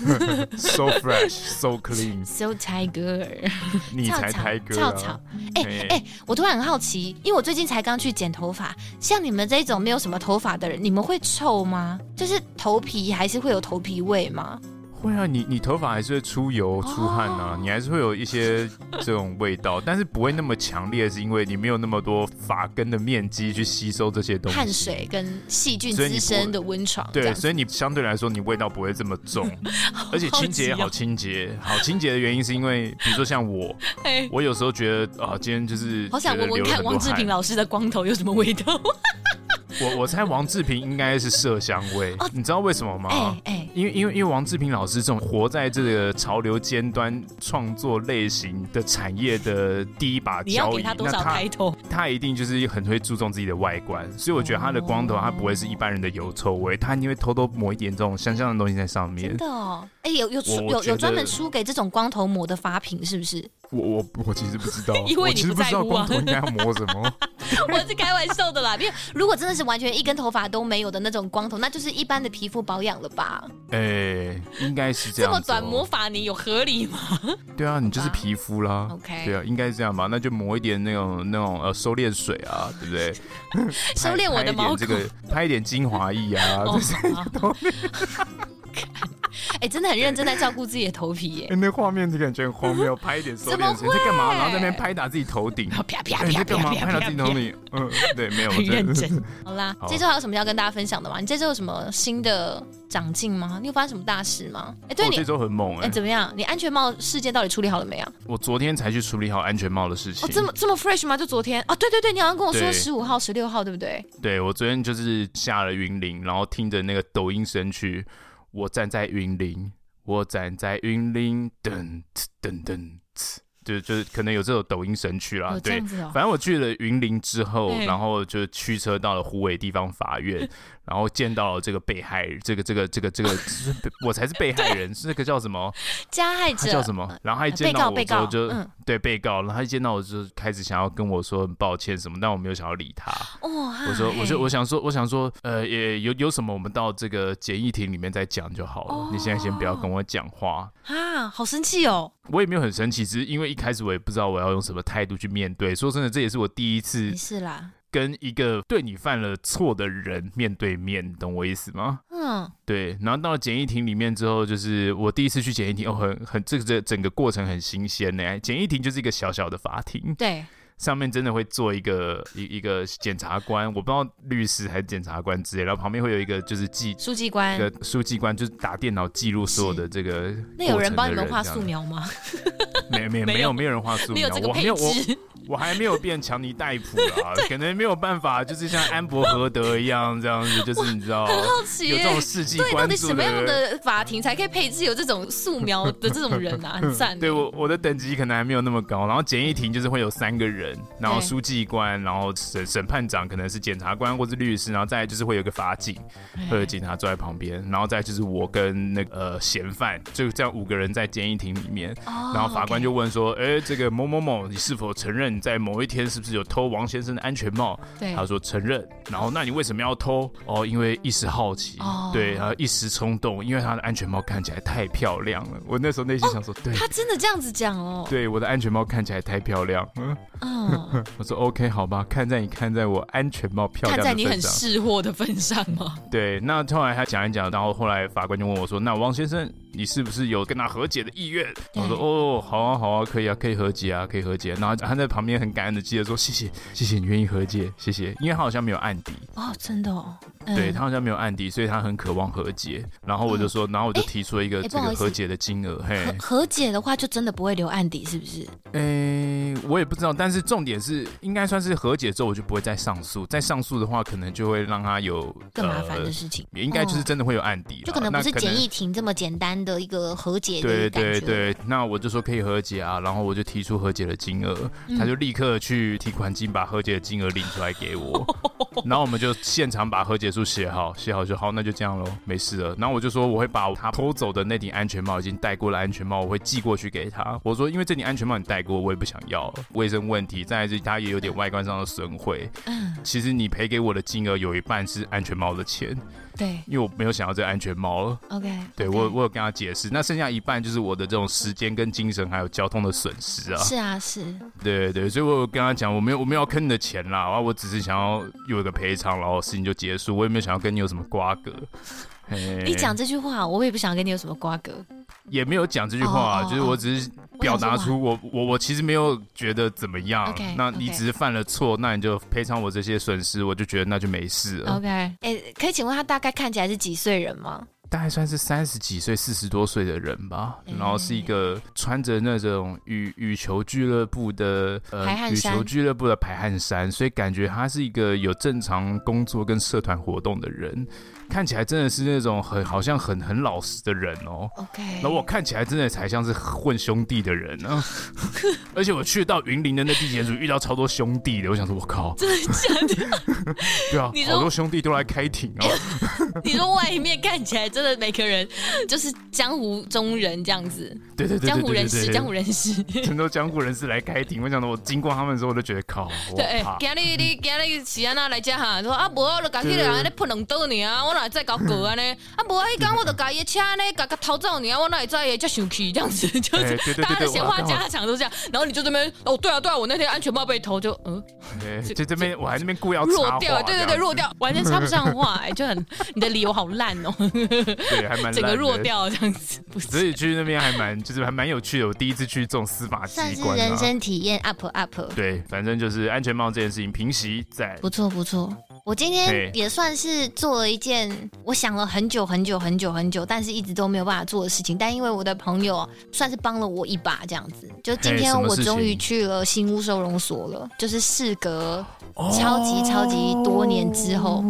[SPEAKER 1] So fresh, so clean，
[SPEAKER 2] So tiger，
[SPEAKER 1] 你才抬哥
[SPEAKER 2] 跳槽
[SPEAKER 1] 啊！。
[SPEAKER 2] 哎
[SPEAKER 1] 嘿
[SPEAKER 2] 哎，我突然很好奇，因为我最近才刚去剪头发，像你们这一种没有什么头发的人，你们会臭吗？就是头皮还是会有头皮味吗？
[SPEAKER 1] 会啊，你你头发还是会出油
[SPEAKER 2] 哦
[SPEAKER 1] 出汗啊，你还是会有一 些这种味道，但是不会那么强烈，是因为你没有那么多发根的面积去吸收这些东西。
[SPEAKER 2] 汗水跟细菌
[SPEAKER 1] 所以你
[SPEAKER 2] 滋
[SPEAKER 1] 不
[SPEAKER 2] 生的温床，这
[SPEAKER 1] 对，
[SPEAKER 2] 样子
[SPEAKER 1] 所以你相对来说你味道不会这么 重，而且清
[SPEAKER 2] 哦
[SPEAKER 1] 洁好清洁，好清洁的原因是因为，比如说像我，
[SPEAKER 2] 哎，
[SPEAKER 1] 我有时候觉得啊，今天就是
[SPEAKER 2] 好想
[SPEAKER 1] 觉得
[SPEAKER 2] 闻闻
[SPEAKER 1] 流了
[SPEAKER 2] 看
[SPEAKER 1] 很多
[SPEAKER 2] 王志平
[SPEAKER 1] 汗
[SPEAKER 2] 老师的光头有什么味道。
[SPEAKER 1] 我我猜王志平应该是麝香味，你知道为什么吗？
[SPEAKER 2] 哦哎哎，
[SPEAKER 1] 因为因为因为王志平老师这种活在这个潮流尖端创作类型的产业的第一把
[SPEAKER 2] 你要
[SPEAKER 1] 交
[SPEAKER 2] 给
[SPEAKER 1] 椅，
[SPEAKER 2] 他多
[SPEAKER 1] 啊那
[SPEAKER 2] 少
[SPEAKER 1] 他
[SPEAKER 2] 开头？
[SPEAKER 1] 他一定就是很会注重自己的外观，所以我觉得他的光头他不会是一般人的油臭味，他一定会偷偷抹一点这种香香的东西在上面
[SPEAKER 2] 真。的哦，哎，有有出
[SPEAKER 1] 我
[SPEAKER 2] 有
[SPEAKER 1] 觉
[SPEAKER 2] 有
[SPEAKER 1] 得
[SPEAKER 2] 专门出给这种光头抹的发品是不是？
[SPEAKER 1] 我我我其实不知道
[SPEAKER 2] 因为
[SPEAKER 1] 我其
[SPEAKER 2] 你
[SPEAKER 1] 实
[SPEAKER 2] 不
[SPEAKER 1] 不知
[SPEAKER 2] 在
[SPEAKER 1] 道
[SPEAKER 2] 乎
[SPEAKER 1] 光
[SPEAKER 2] 啊
[SPEAKER 1] 头应该要抹什么。
[SPEAKER 2] 我是开玩笑的啦。因为如果真的是完全一根头发都没有的那种光头，那就是一般的皮肤保养了吧？
[SPEAKER 1] 哎、应该是这
[SPEAKER 2] 这
[SPEAKER 1] 样、
[SPEAKER 2] 么
[SPEAKER 1] 子
[SPEAKER 2] 短
[SPEAKER 1] 哦
[SPEAKER 2] 魔法你有合理吗
[SPEAKER 1] 对啊，你就是
[SPEAKER 2] 吧
[SPEAKER 1] 皮肤啦。
[SPEAKER 2] ？OK，
[SPEAKER 1] 对啊，应该是这样吧？那就抹一点那种那种呃收敛水啊，对不对？
[SPEAKER 2] 收
[SPEAKER 1] 拍
[SPEAKER 2] 敛我的
[SPEAKER 1] 拍一点
[SPEAKER 2] 毛孔
[SPEAKER 1] 这个拍一点精华液 啊，
[SPEAKER 2] 哦
[SPEAKER 1] 这些
[SPEAKER 2] 好 哎、真的很认真在照顾自己的头皮耶。
[SPEAKER 1] 哎 那画面就感觉很荒谬，拍一点收
[SPEAKER 2] 怎么
[SPEAKER 1] 敛水你在干嘛？
[SPEAKER 2] 会
[SPEAKER 1] 然后在那边拍打自己头顶，
[SPEAKER 2] 啪啪啪
[SPEAKER 1] 哎你在
[SPEAKER 2] 啪
[SPEAKER 1] 干
[SPEAKER 2] 啪
[SPEAKER 1] 嘛？
[SPEAKER 2] 啪
[SPEAKER 1] 拍打自
[SPEAKER 2] 啪
[SPEAKER 1] 己头
[SPEAKER 2] 啪，
[SPEAKER 1] 顶？嗯，对，没有，
[SPEAKER 2] 很认
[SPEAKER 1] 这。
[SPEAKER 2] 真。好啦，
[SPEAKER 1] 好
[SPEAKER 2] 这周还有什么要跟大家分享的吗？你这周有什么新的长进吗？你有发生什么大事吗？哎、对
[SPEAKER 1] 我
[SPEAKER 2] 你，
[SPEAKER 1] 这周很猛
[SPEAKER 2] 哎、
[SPEAKER 1] 哎，
[SPEAKER 2] 怎么样？你安全帽事件到底处理好了没啊？
[SPEAKER 1] 我昨天才去处理好安全帽的事情
[SPEAKER 2] 哦，。这么这么 fresh 吗？就昨天哦，对对对，你好像跟我说
[SPEAKER 1] 对
[SPEAKER 2] 十五号、十六号，对不对？
[SPEAKER 1] 对我昨天就是下了云林，然后听着那个抖音神曲，我站在云林，我站在云林，噔噔噔，就就是可能有这种抖音神曲啦
[SPEAKER 2] 有，这
[SPEAKER 1] 啊对
[SPEAKER 2] 样。子哦。
[SPEAKER 1] 反正我去了云林之后，
[SPEAKER 2] 嗯
[SPEAKER 1] 然后就驱车到了湖北地方法 院，然后见到了这个被害人，这个这个这个这个，是我才是被害人，是那个叫什么？
[SPEAKER 2] 加害
[SPEAKER 1] 他
[SPEAKER 2] 者
[SPEAKER 1] 叫什么？然后他一
[SPEAKER 2] 呃被
[SPEAKER 1] 见
[SPEAKER 2] 告
[SPEAKER 1] 到
[SPEAKER 2] 被
[SPEAKER 1] 我之
[SPEAKER 2] 告
[SPEAKER 1] 后就
[SPEAKER 2] 嗯
[SPEAKER 1] 对被告，然后他一见到我就开始想要跟我说很抱歉什么，但我没有想要理他。
[SPEAKER 2] 哦，
[SPEAKER 1] 我说，
[SPEAKER 2] 嗨
[SPEAKER 1] 我就我想说，我想说，呃，也有有什么，我们到这个简易庭里面再讲就好了。
[SPEAKER 2] 哦
[SPEAKER 1] 你现在先不要跟我讲话，
[SPEAKER 2] 啊，好生气哦。
[SPEAKER 1] 我也没有很生气，只是因为一开始我也不知道我要用什么态度去面对。说真的，这也是我第一次
[SPEAKER 2] 没事啦，
[SPEAKER 1] 跟一个对你犯了错的人面对面，你懂我意思吗？
[SPEAKER 2] 嗯，
[SPEAKER 1] 对，然后到了简易庭里面之后，就是我第一次去简易庭，哦，很很这个这整个过程很新鲜呢。简易庭就是一个小小的法庭，
[SPEAKER 2] 对，
[SPEAKER 1] 上面真的会坐一个一一个检察官，我不知道律师还是检察官之类，然后旁边会有一个就是记
[SPEAKER 2] 书记
[SPEAKER 1] 一
[SPEAKER 2] 官，
[SPEAKER 1] 个书记官，就是打电脑记录所有的这个
[SPEAKER 2] 那有
[SPEAKER 1] 过程
[SPEAKER 2] 人
[SPEAKER 1] 的
[SPEAKER 2] 帮你们画
[SPEAKER 1] 这样
[SPEAKER 2] 素描吗？
[SPEAKER 1] 没没
[SPEAKER 2] 没
[SPEAKER 1] 没
[SPEAKER 2] 有
[SPEAKER 1] 有没有人画素
[SPEAKER 2] 没
[SPEAKER 1] 描
[SPEAKER 2] 有，这
[SPEAKER 1] 啊
[SPEAKER 2] 个
[SPEAKER 1] 我还
[SPEAKER 2] 配
[SPEAKER 1] 没有我
[SPEAKER 2] 置，
[SPEAKER 1] 我还没有变强尼戴普 啦，啊可能没有办法，就是像安博和德一样这样子，就是你知 道
[SPEAKER 2] 很好奇
[SPEAKER 1] 哦有这
[SPEAKER 2] 耶。
[SPEAKER 1] 种世纪
[SPEAKER 2] 对，到
[SPEAKER 1] 关
[SPEAKER 2] 底
[SPEAKER 1] 注
[SPEAKER 2] 什么样
[SPEAKER 1] 人。
[SPEAKER 2] 的法庭才可以配置有这种素描的这种人 啊？很赞。
[SPEAKER 1] 对我我的等级可能还没有那么高，然后简易庭就是会有三个人，然后
[SPEAKER 2] 对
[SPEAKER 1] 书记官，然后审审判长可能是检察官或是律师，然后再来就是会有一个法警，
[SPEAKER 2] 嗯
[SPEAKER 1] 会有警察坐在旁边，然后再就是我跟那个呃嫌犯，就这样五个人在监狱庭里面，
[SPEAKER 2] 哦
[SPEAKER 1] 然后法官就问说，哎、这个某某某，你是否承认你在某一天是不是有偷王先生的安全帽？
[SPEAKER 2] 对
[SPEAKER 1] 他说承认，然后那你为什么要偷？哦，因为一时好奇，
[SPEAKER 2] 哦
[SPEAKER 1] 对，然后一时冲动，因为他的安全帽看起来太漂亮了。我那时候内心想说，对
[SPEAKER 2] 哦他真的这样子讲哦。
[SPEAKER 1] 对，我的安全帽看起来太漂亮。嗯，
[SPEAKER 2] 嗯，
[SPEAKER 1] 我说 OK，好吧，看在你看在我安全帽漂
[SPEAKER 2] 看
[SPEAKER 1] 亮
[SPEAKER 2] 在
[SPEAKER 1] 的
[SPEAKER 2] 你很
[SPEAKER 1] 份上。
[SPEAKER 2] 识货的份上吗？
[SPEAKER 1] 对，那后来他讲一讲，然后后来法官就问我说，那王先生，你是不是有跟他和解的意愿？
[SPEAKER 2] 对
[SPEAKER 1] 我说哦，好啊，好啊，可以啊，可以和解啊，可以和解。然后他在旁边很感恩的记得说，谢谢，谢谢你愿意和解，谢谢，因为他好像没有案底。
[SPEAKER 2] 哦，真的哦。嗯
[SPEAKER 1] 对他好像没有案底，所以他很渴望和解。然后我就说，然后我就提出了一个
[SPEAKER 2] 诶
[SPEAKER 1] 这
[SPEAKER 2] 不好
[SPEAKER 1] 个
[SPEAKER 2] 意思
[SPEAKER 1] 和解的金额。嘿，
[SPEAKER 2] 和和解的话，就真的不会留案底，是不是？
[SPEAKER 1] 诶，我也不知道，但是重点是，应该算是和解之后，我就不会再上诉。再上诉的话，可能就会让他有呃
[SPEAKER 2] 更麻烦的，事情，哦
[SPEAKER 1] 也应该就是真的会有案底了。
[SPEAKER 2] 就可能不
[SPEAKER 1] 那
[SPEAKER 2] 是简易庭这么简单的一个和解
[SPEAKER 1] 对
[SPEAKER 2] 的感
[SPEAKER 1] 对
[SPEAKER 2] 觉。
[SPEAKER 1] 对，那我就说可以和解啊，然后我就提出和解的金额，
[SPEAKER 2] 嗯
[SPEAKER 1] 他就立刻去提款机把和解的金额领出来给 我，然后我们就现场把和解书写好，写好就好，那就这样喽，没事了。然后我就说我会把他偷走的那顶安全帽，已经戴过了安全帽，我会寄过去给他。我说因为这顶安全帽你戴过，我也不想要了，卫生问题，再来是它也有点外观上的损毁。
[SPEAKER 2] 嗯，
[SPEAKER 1] 其实你赔给我的金额有一半是安全帽的钱，
[SPEAKER 2] 对
[SPEAKER 1] 因为我没有想要这个安全帽了。
[SPEAKER 2] ，OK，
[SPEAKER 1] 对
[SPEAKER 2] OK
[SPEAKER 1] 我，我有跟他解释，那剩下一半就是我的这种时间跟精神，还有交通的损失啊。
[SPEAKER 2] 是啊是，
[SPEAKER 1] 对对对，所以我有跟他讲，我没有我没有要坑你的钱啦，然啊后我只是想要有一个赔偿，然后事情就结束，我也没有想要跟你有什么瓜葛。嘿
[SPEAKER 2] 你讲这句话，我也不想跟你有什么瓜葛。
[SPEAKER 1] 也没有讲这句话，啊
[SPEAKER 2] 哦哦
[SPEAKER 1] 就是我只是表达出我我我其实没有觉得怎么样
[SPEAKER 2] OK，
[SPEAKER 1] 那你
[SPEAKER 2] OK
[SPEAKER 1] 只是犯了错，那你就赔偿我这些损失，我就觉得那就没事了。
[SPEAKER 2] OK，哎、可以请问他大概看起来是几岁人吗？
[SPEAKER 1] 大概算是三十几岁、四十多岁的人吧，
[SPEAKER 2] 嗯
[SPEAKER 1] 然后是一个穿着那种羽羽球俱乐部的呃
[SPEAKER 2] 排汗
[SPEAKER 1] 羽
[SPEAKER 2] 衫
[SPEAKER 1] 球俱乐部的排汗衫，所以感觉他是一个有正常工作跟社团活动的人。看起来真的是那种很好像很很老实的人哦。
[SPEAKER 2] OK，
[SPEAKER 1] 然后我看起来真的才像是混兄弟的人啊！而且我去到云林的那地检署，遇到超多兄弟的，我想说，我靠，
[SPEAKER 2] 真的假的？
[SPEAKER 1] 对啊
[SPEAKER 2] 你，说
[SPEAKER 1] 好多兄弟都来开庭啊！
[SPEAKER 2] 你说外面看起来真的每个人就是江湖中人这样子，
[SPEAKER 1] 对对对
[SPEAKER 2] 江
[SPEAKER 1] 对
[SPEAKER 2] 湖
[SPEAKER 1] 对
[SPEAKER 2] 人士，
[SPEAKER 1] 对
[SPEAKER 2] 江湖
[SPEAKER 1] 对，
[SPEAKER 2] 人士。
[SPEAKER 1] 很多江湖人士来开庭。我想说，我经过他们的时候，我就觉得 靠，我
[SPEAKER 2] 对，哎
[SPEAKER 1] 怕，嗯
[SPEAKER 2] 今日你今日是安那来遮哈？说啊，无我就甲迄个
[SPEAKER 1] 对
[SPEAKER 2] 人安尼喷两刀尔啊，我哪会再搞过安尼？啊，无迄天我就甲伊的车安尼甲甲偷走你啊，我哪会再会遮生气这 样子？就是
[SPEAKER 1] 哎对对对对
[SPEAKER 2] 大家的闲
[SPEAKER 1] 我
[SPEAKER 2] 话
[SPEAKER 1] 刚好
[SPEAKER 2] 家常都这样，然后你就这边哦，对啊对啊，我那天安全帽被偷就嗯
[SPEAKER 1] 对
[SPEAKER 2] 这
[SPEAKER 1] 就这边我还那边故意要
[SPEAKER 2] 弱
[SPEAKER 1] 插
[SPEAKER 2] 掉
[SPEAKER 1] 话
[SPEAKER 2] 了，对对对，弱掉，完全插不上话，哎，就很你的理由好烂 哦，
[SPEAKER 1] 这样子对，还蛮烂
[SPEAKER 2] 整个
[SPEAKER 1] 的
[SPEAKER 2] 弱。掉这样子，不
[SPEAKER 1] 所
[SPEAKER 2] 是
[SPEAKER 1] 以去那边还蛮就是还蛮有趣的。我第一次去这种司法机
[SPEAKER 2] 算是
[SPEAKER 1] 关
[SPEAKER 2] 人
[SPEAKER 1] 啊，
[SPEAKER 2] 生体验 up up。
[SPEAKER 1] 对，反正就是安全帽这件事情平息在
[SPEAKER 3] 不错不错，我今
[SPEAKER 1] 嘿
[SPEAKER 3] 天也算是做了一件我想了很久很久很久很久，但是一直都没有办法做的事情。但因为我的朋友算是帮了我一把，这样子。就今
[SPEAKER 1] 嘿
[SPEAKER 3] 天
[SPEAKER 1] 什么
[SPEAKER 3] 我
[SPEAKER 1] 事
[SPEAKER 3] 终于
[SPEAKER 1] 情
[SPEAKER 3] 去了新屋收容所了，就是事隔
[SPEAKER 1] 哦
[SPEAKER 3] 超级超级多年之后，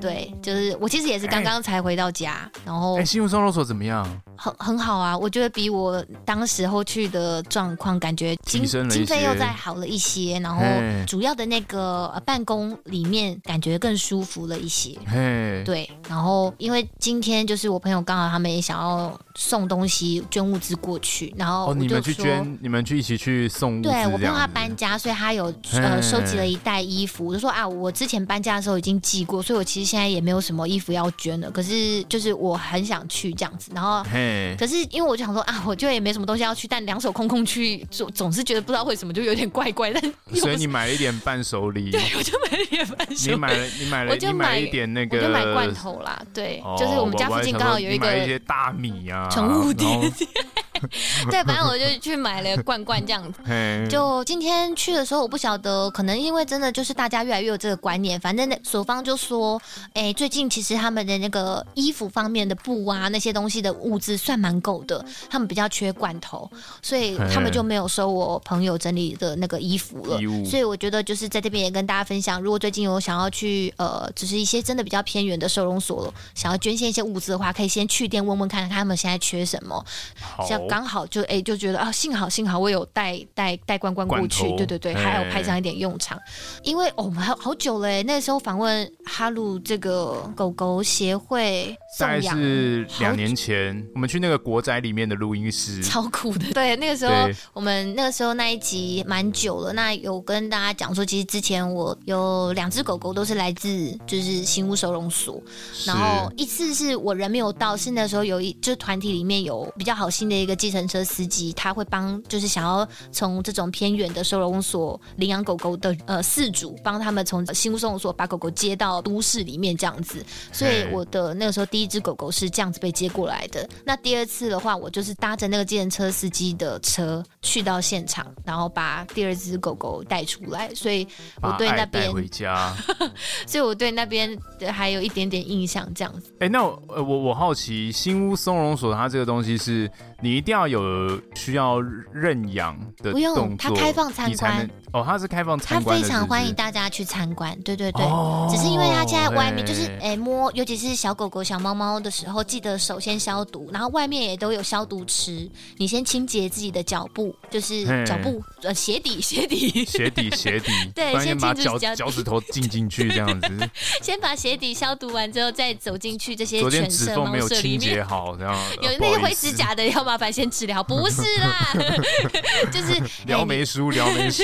[SPEAKER 3] 对，就是我其实也是刚刚才回到家，然后
[SPEAKER 1] 哎，新闻收容所怎么样？
[SPEAKER 3] 很很好啊，我觉得比我当时候去的状况感觉经
[SPEAKER 1] 提升了一些
[SPEAKER 3] 经费又再好了一些，然后
[SPEAKER 1] 嘿
[SPEAKER 3] 主要的那个呃办公里面感觉更舒服了一些。
[SPEAKER 1] 嘿，
[SPEAKER 3] 对，然后因为今天就是我朋友刚好他们也想要送东西捐物资过去，然后
[SPEAKER 1] 哦，
[SPEAKER 3] 我
[SPEAKER 1] 你
[SPEAKER 3] 就
[SPEAKER 1] 们去
[SPEAKER 3] 说。
[SPEAKER 1] 捐，你们去一起去送物资这
[SPEAKER 3] 对
[SPEAKER 1] 样
[SPEAKER 3] 我
[SPEAKER 1] 子。嗯
[SPEAKER 3] 朋友他搬家，所以他有
[SPEAKER 1] 嘿
[SPEAKER 3] 呃收集了一袋衣服。我就说啊，我之前搬家的时候已经寄过，所以我其实现在也没有什么衣服要捐了。可是就是我很想去这样子，然后
[SPEAKER 1] 嘿，
[SPEAKER 3] 可是因为我就想说啊，我就也没什么东西要去，但两手空空去，总总是觉得不知道为什么就有点怪怪，但又
[SPEAKER 1] 所
[SPEAKER 3] 不
[SPEAKER 1] 以
[SPEAKER 3] 是
[SPEAKER 1] 你买了一点伴手 礼，
[SPEAKER 3] 我就买了铁板
[SPEAKER 1] 你
[SPEAKER 3] 烧，
[SPEAKER 1] 买了你买了
[SPEAKER 3] 我就
[SPEAKER 1] 你买了
[SPEAKER 3] 买
[SPEAKER 1] 一点那
[SPEAKER 3] 我
[SPEAKER 1] 个，
[SPEAKER 3] 就买罐头啦，对，
[SPEAKER 1] 哦
[SPEAKER 3] 就是我们家附近刚好有
[SPEAKER 1] 我
[SPEAKER 3] 一
[SPEAKER 1] 哦还想说你买了一
[SPEAKER 3] 个。
[SPEAKER 1] 些大米啊，
[SPEAKER 3] 宠物店
[SPEAKER 1] 然后，
[SPEAKER 3] 对，反正我就去买了罐罐这样子。
[SPEAKER 1] 嘿，
[SPEAKER 3] 就今天去的时候，我不晓得，可能因为真的就是大家越来越有这个观念，反正那所方就说，哎，最近其实他们的那个衣服方面的布啊那些东西的物资算蛮够的，他们比较缺罐头，所以他们就没有收我朋友整理的那个衣服了
[SPEAKER 1] 衣物。
[SPEAKER 3] 所以我觉得呃就是在这边也跟大家分享，如果最近有想要去呃，只是一些真的比较偏远的收容所了，想要捐献一些物资的话，可以先去店问问看看他们现在缺什么。
[SPEAKER 1] 好
[SPEAKER 3] 像刚好就哎、就觉得啊，幸好幸好我有带带带关关过去
[SPEAKER 1] 罐，头
[SPEAKER 3] 对对对，
[SPEAKER 1] 哎
[SPEAKER 3] 还有派上一点用场。因为、哦我们还好久嘞，那时候访问哈鲁这个狗狗协会
[SPEAKER 1] 大概
[SPEAKER 3] 送养，
[SPEAKER 1] 是
[SPEAKER 3] 好
[SPEAKER 1] 两年前，我们去那个国宅里面的录音室，
[SPEAKER 3] 超酷的。对，那个时候
[SPEAKER 1] 对
[SPEAKER 3] 我们那个时候那一集蛮久了，那有跟大家讲说，其实之前我有两只狗狗都是来自就是新屋收容所，
[SPEAKER 1] 是
[SPEAKER 3] 然后一次是我人没有到，是那时候有一就是团体里面有比较好心的一个计程车司机，他会帮就是想要从这种偏远的收容所领养狗狗的呃饲主，帮他们从新屋收容所把狗狗接到都市里面这样子。所以
[SPEAKER 1] 嘿
[SPEAKER 3] 我的那个时候第一只狗狗是这样子被接过来的。那第二次的话，我就是搭着那个计程车司机的车去到现场，然后把第二只狗狗带出来。所以我
[SPEAKER 1] 把
[SPEAKER 3] 对
[SPEAKER 1] 爱
[SPEAKER 3] 那
[SPEAKER 1] 带
[SPEAKER 3] 边，
[SPEAKER 1] 回家。
[SPEAKER 3] 所以我对那边的还有一点点印象这样子。
[SPEAKER 1] 哎、那我呃，我我好奇，新屋松茸所它这个东西是你一定要有需要认养的
[SPEAKER 3] 不用
[SPEAKER 1] 动作，
[SPEAKER 3] 它开放参观
[SPEAKER 1] 你才能哦，它是开放
[SPEAKER 3] 他
[SPEAKER 1] 参观
[SPEAKER 3] 非
[SPEAKER 1] 的
[SPEAKER 3] 常欢迎
[SPEAKER 1] 是
[SPEAKER 3] 大家去参观，对对
[SPEAKER 1] 不
[SPEAKER 3] 对。
[SPEAKER 1] 是哦
[SPEAKER 3] 只是因为他现在外面就是
[SPEAKER 1] 哎
[SPEAKER 3] 诶、摸，尤其是小狗狗、小猫猫的时候，记得首先消毒，然后外面也都有消毒池，你先清洁自己的脚部，就是
[SPEAKER 1] 嘿
[SPEAKER 3] 脚部呃鞋底 鞋底，
[SPEAKER 1] 鞋底鞋底，
[SPEAKER 3] 对
[SPEAKER 1] 不然先
[SPEAKER 3] 先
[SPEAKER 1] 把
[SPEAKER 3] 进
[SPEAKER 1] 脚
[SPEAKER 3] 去脚底
[SPEAKER 1] 脚趾头进进去这样子。
[SPEAKER 3] 先把鞋底消毒完之后，再走进去这些
[SPEAKER 1] 昨天
[SPEAKER 3] 犬
[SPEAKER 1] 指
[SPEAKER 3] 舍、
[SPEAKER 1] 缝
[SPEAKER 3] 猫
[SPEAKER 1] 没有
[SPEAKER 3] 舍里
[SPEAKER 1] 清
[SPEAKER 3] 面。
[SPEAKER 1] 洁好，这样
[SPEAKER 3] 有
[SPEAKER 1] 呃不好
[SPEAKER 3] 那个
[SPEAKER 1] 意
[SPEAKER 3] 会
[SPEAKER 1] 思
[SPEAKER 3] 指甲的，要麻烦先治疗。不是啦， 就是
[SPEAKER 1] 撩
[SPEAKER 3] 哎你
[SPEAKER 1] 眉梳，撩眉 梳，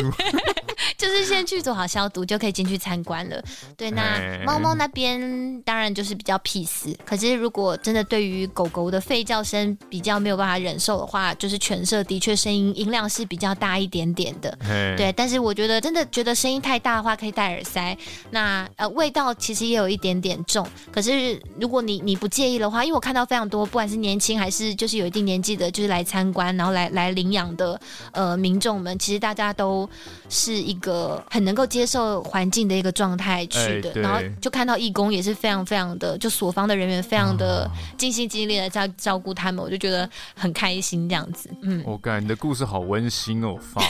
[SPEAKER 3] 就是先去做好消毒，就可以进去参观了。对，
[SPEAKER 1] 哎
[SPEAKER 3] 那猫猫那边当然就是比较 peace，可是如果真的对于狗狗的吠叫声比较没有办法忍受的话，就是犬舍的确声音音量是比较大一点点的。
[SPEAKER 1] 嘿
[SPEAKER 3] 对，但是我觉得真的觉得声音太大的话，可以戴耳塞。那呃，味道其实也有一点点重，可是如果你你不介意的话，因为我看到非常多，不管是年轻还是就是有一定年纪的，就是来参观，然后来来领养的呃民众们，其实大家都是一个很能够接受环境的一个状态去的，
[SPEAKER 1] 哎对
[SPEAKER 3] 然后就看到义工也是非常非常的，就所方的人员非常的
[SPEAKER 1] 嗯
[SPEAKER 3] 尽心尽力的在照顾他们，我就觉得很开心这样子，嗯。
[SPEAKER 1] 我感你的故事好温馨哦，fuck，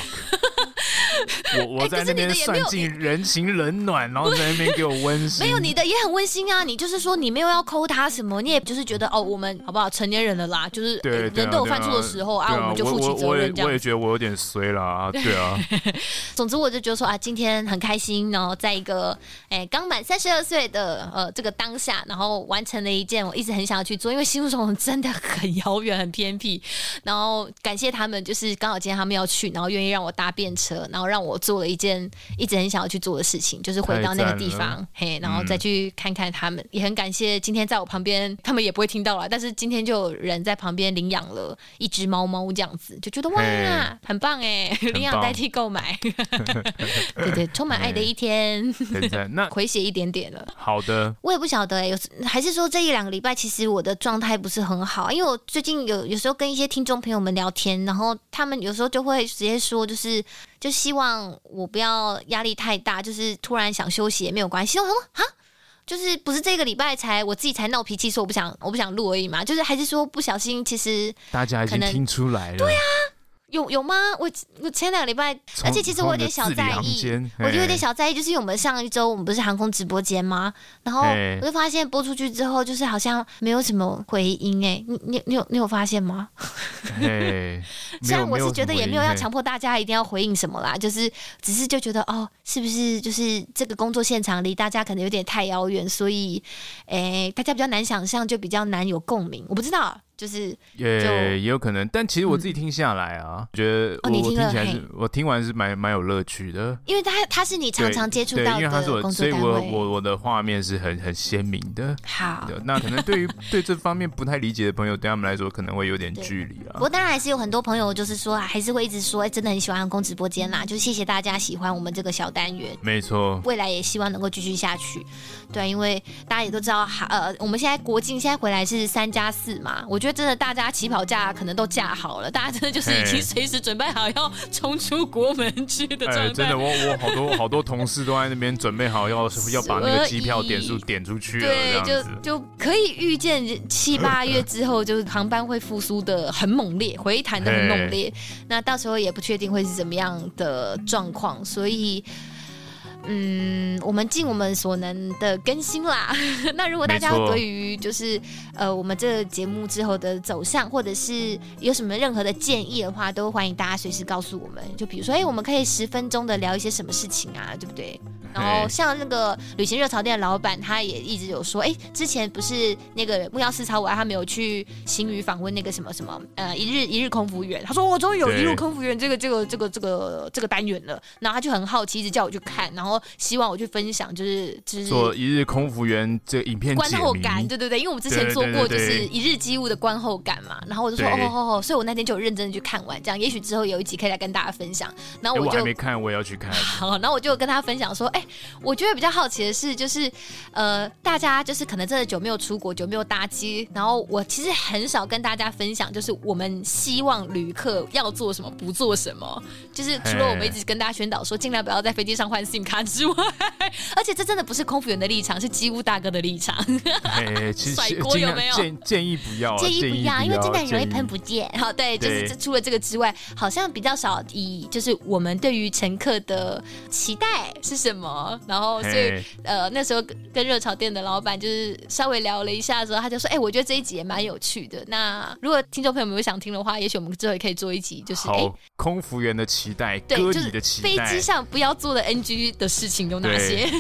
[SPEAKER 1] 我我在
[SPEAKER 3] 哎可是
[SPEAKER 1] 那
[SPEAKER 3] 你的
[SPEAKER 1] 边
[SPEAKER 3] 也没
[SPEAKER 1] 算
[SPEAKER 3] 有
[SPEAKER 1] 尽人情冷暖，然后在那边给我温馨。
[SPEAKER 3] 没有，你的也很温馨啊！你就是说你没有要抠他什么，你也就是觉得哦，我们好不好？成年人了啦，就是呃
[SPEAKER 1] 对，对啊
[SPEAKER 3] 人都有犯错的时候
[SPEAKER 1] 对啊，
[SPEAKER 3] 我们就负起
[SPEAKER 1] 我
[SPEAKER 3] 责
[SPEAKER 1] 我也
[SPEAKER 3] 任这
[SPEAKER 1] 我也
[SPEAKER 3] 样。
[SPEAKER 1] 觉得我有点衰啦，啊对 啊，
[SPEAKER 3] 总之，我就觉得说啊，今天很开心，然后在一个哎刚满三十二岁的呃这个当下，然后完成了一件我一直很想要去做，因为新竹虫真的很遥远、很偏僻。然后感谢他们，就是刚好今天他们要去，然后愿意让我搭便车，然后让我做了一件一直很想要去做的事情，就是回到那个地
[SPEAKER 1] 太赞
[SPEAKER 3] 方，嘿，然后再去看看他们。也很感谢今天在我旁边，他们也不会听到啦，但是今天就有人在旁边领养了一只猫猫，这样子就觉得哇
[SPEAKER 1] 嘿，
[SPEAKER 3] 很棒哎，领养
[SPEAKER 1] 棒
[SPEAKER 3] 代替购买。对对，充满爱的一天，
[SPEAKER 1] 现在那
[SPEAKER 3] 回血一点点了。
[SPEAKER 1] 好的，
[SPEAKER 3] 我也不晓得哎、有时还是说这一两个礼拜，其实我的状态不是很好，啊因为我最近有有时候跟一些听众朋友们聊天，然后他们有时候就会直接说，就是就希望我不要压力太大，就是突然想休息也没有关系。我想说哈，就是不是这个礼拜才我自己才闹脾气，说我不想我不想录而已嘛，就是还是说不小心，其实
[SPEAKER 1] 大家已经
[SPEAKER 3] 可能
[SPEAKER 1] 听出来了，对啊，
[SPEAKER 3] 有有吗？我我前两个礼拜而且其实我有点小在意我就有点小在意，就是因为我们上一周我们不是航空直播间吗？然后
[SPEAKER 1] 嘿
[SPEAKER 3] 我就发现播出去之后，就是好像没有什么回音哎、你你你有你有发现吗？
[SPEAKER 1] 嘿，
[SPEAKER 3] 虽然我是觉得也没有要强
[SPEAKER 1] 迫，
[SPEAKER 3] 迫大家一定要回应什么啦，就是只是就觉得哦，是不是就是这个工作现场离大家可能有点太遥远，所以诶、大家比较难想象，就比较难有共鸣。我不知道，就是就
[SPEAKER 1] 也也有可能，但其实我自己听下来啊，觉得我
[SPEAKER 3] 哦你
[SPEAKER 1] 我
[SPEAKER 3] 听
[SPEAKER 1] 听
[SPEAKER 3] 了
[SPEAKER 1] 起来
[SPEAKER 3] 嘿
[SPEAKER 1] 是我听完是蛮蛮有乐趣的。
[SPEAKER 3] 因为他他是你常常接触
[SPEAKER 1] 对
[SPEAKER 3] 到
[SPEAKER 1] 因为他是
[SPEAKER 3] 的
[SPEAKER 1] 我，
[SPEAKER 3] 工
[SPEAKER 1] 所
[SPEAKER 3] 作
[SPEAKER 1] 以
[SPEAKER 3] 单
[SPEAKER 1] 我
[SPEAKER 3] 位。
[SPEAKER 1] 我我的画面是很很鲜明的。
[SPEAKER 3] 好，
[SPEAKER 1] 对那可能对于对这方面不太理解的朋友，对他们来说可能会有点
[SPEAKER 3] 对
[SPEAKER 1] 距离啊
[SPEAKER 3] 不。过当然还是有很多朋友就是说，啊，还是会一直说，哎、真的很喜欢航空直播间
[SPEAKER 1] 嗯
[SPEAKER 3] 啦，就谢谢大家喜欢我们这个小单元。
[SPEAKER 1] 没错，
[SPEAKER 3] 未来也希望能够继续下去，对，因为大家也都知道，哈呃，我们现在国境现在回来是三加四嘛，我觉得真的大家起跑价可能都架好了，大家真的就是已
[SPEAKER 1] 嘿
[SPEAKER 3] 经随时准备好要冲出国门去的状态。
[SPEAKER 1] 哎真的，我我好多好多同事都在那边准备好要要把那个机票点数点出去了，
[SPEAKER 3] 对，
[SPEAKER 1] 这样
[SPEAKER 3] 就
[SPEAKER 1] 子。
[SPEAKER 3] 就可以预见七八月之后，就是航班会复苏的很猛烈，回弹的很猛烈。那到时候也不确定会是怎么样的状况，所以。嗯，我们尽我们所能的更新啦。 那如果大家
[SPEAKER 1] 没错
[SPEAKER 3] 对于就是呃我们这个节目之后的走向，或者是有什么任何的建议的话，都欢迎大家随时告诉我们。就比如说，哎、我们可以十分钟的聊一些什么事情啊，对不对？然后
[SPEAKER 1] 嘿
[SPEAKER 3] 像那个旅行热潮店的老板，他也一直有说，哎、之前不是那个木曜四超我爱他没有去新宇访问那个什么什么呃一日一日空服员，他说我终于有
[SPEAKER 1] 对
[SPEAKER 3] 一日空服员这个这个这个这个这个单元了，然后他就很好奇，一直叫我去看，然后希望我去分享，就是就是
[SPEAKER 1] 做一日空服员这个影片
[SPEAKER 3] 观
[SPEAKER 1] 解
[SPEAKER 3] 后
[SPEAKER 1] 谜，
[SPEAKER 3] 感，对对对，因为我们之前做过
[SPEAKER 1] 对对
[SPEAKER 3] 就
[SPEAKER 1] 对
[SPEAKER 3] 是
[SPEAKER 1] 对
[SPEAKER 3] 一日机务的观后感嘛，然后我就说哦
[SPEAKER 1] 对
[SPEAKER 3] 哦哦，哦所以我那天就有认真的去看完，这样也许之后有一集可以来跟大家分享，
[SPEAKER 1] 哎
[SPEAKER 3] 然后
[SPEAKER 1] 我
[SPEAKER 3] 我
[SPEAKER 1] 还
[SPEAKER 3] 就
[SPEAKER 1] 没看，我也要去看。
[SPEAKER 3] 好，然后我就跟他分享说，哎、我觉得比较好奇的是，就是呃，大家就是可能真的久没有出国，久没有搭机，然后我其实很少跟大家分享，就是我们希望旅客要做什么，不做什么，就是除了我们一直跟大家宣导说，尽量不要在飞机上换 SIM 卡之外， 而且这真的不是空服员的立场，是机务大哥的立场，
[SPEAKER 1] 哎，其实
[SPEAKER 3] 甩
[SPEAKER 1] 尽
[SPEAKER 3] 锅
[SPEAKER 1] 尽
[SPEAKER 3] 有
[SPEAKER 1] 量
[SPEAKER 3] 没有
[SPEAKER 1] 建建议不要啊，
[SPEAKER 3] 建议不要，因为真的很容易喷
[SPEAKER 1] 不
[SPEAKER 3] 不见。 好，对，就是
[SPEAKER 1] 对
[SPEAKER 3] 这除了这个之外，好像比较少以就是我们对于乘客的期待是什么，然后
[SPEAKER 1] 建
[SPEAKER 3] 所
[SPEAKER 1] 议。
[SPEAKER 3] 以
[SPEAKER 1] 哎
[SPEAKER 3] 呃，那时候跟跟热炒店的老板就是稍微聊了一下之后，他就说：“哎、我觉得这一集也蛮有趣的。那如果听众朋友们有想听的话，也许我们之后也可以做一集，就是哎、
[SPEAKER 1] 好，空服员的期待，
[SPEAKER 3] 对
[SPEAKER 1] 歌
[SPEAKER 3] 就
[SPEAKER 1] 你
[SPEAKER 3] 是
[SPEAKER 1] 的期
[SPEAKER 3] 飞
[SPEAKER 1] 待
[SPEAKER 3] 机，上不要做的 NG 的事情有哪些？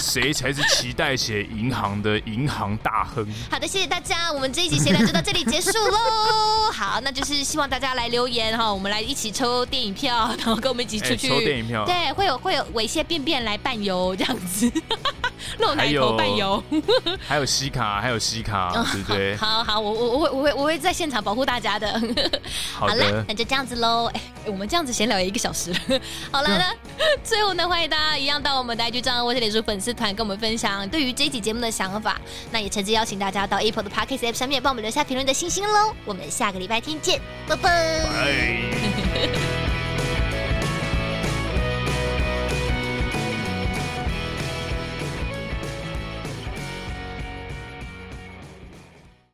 [SPEAKER 1] 谁才是期待写银行的银行大亨？
[SPEAKER 3] 好的，谢谢大家，我们这一集闲聊就到这里结束 喽。好，那就是希望大家来留言哈，我们来一起抽电影票，然后跟我们一起
[SPEAKER 1] 哎
[SPEAKER 3] 出去、
[SPEAKER 1] 抽电影票
[SPEAKER 3] 对，会有会有猥亵便便来伴游这样子， 露
[SPEAKER 1] 还
[SPEAKER 3] 奶
[SPEAKER 1] 有
[SPEAKER 3] 头伴游。
[SPEAKER 1] 还有西卡，还有西 卡，对不对？
[SPEAKER 3] 哦好好，我我我会我会我会在现场保护大家的。
[SPEAKER 1] 好
[SPEAKER 3] 啦
[SPEAKER 1] 的，，
[SPEAKER 3] 那就这样子喽。哎、我们这样子闲聊也一个小时 了。好了，那最后呢，欢迎大家一样到我们的 IG 账号或者脸书粉丝团跟我们分享对于这一集节目的想法。那也诚挚邀请大家到 Apple 的 Podcast App 上面帮我们留下评论的星星喽。我们下个礼拜天见，拜拜。
[SPEAKER 1] 哎。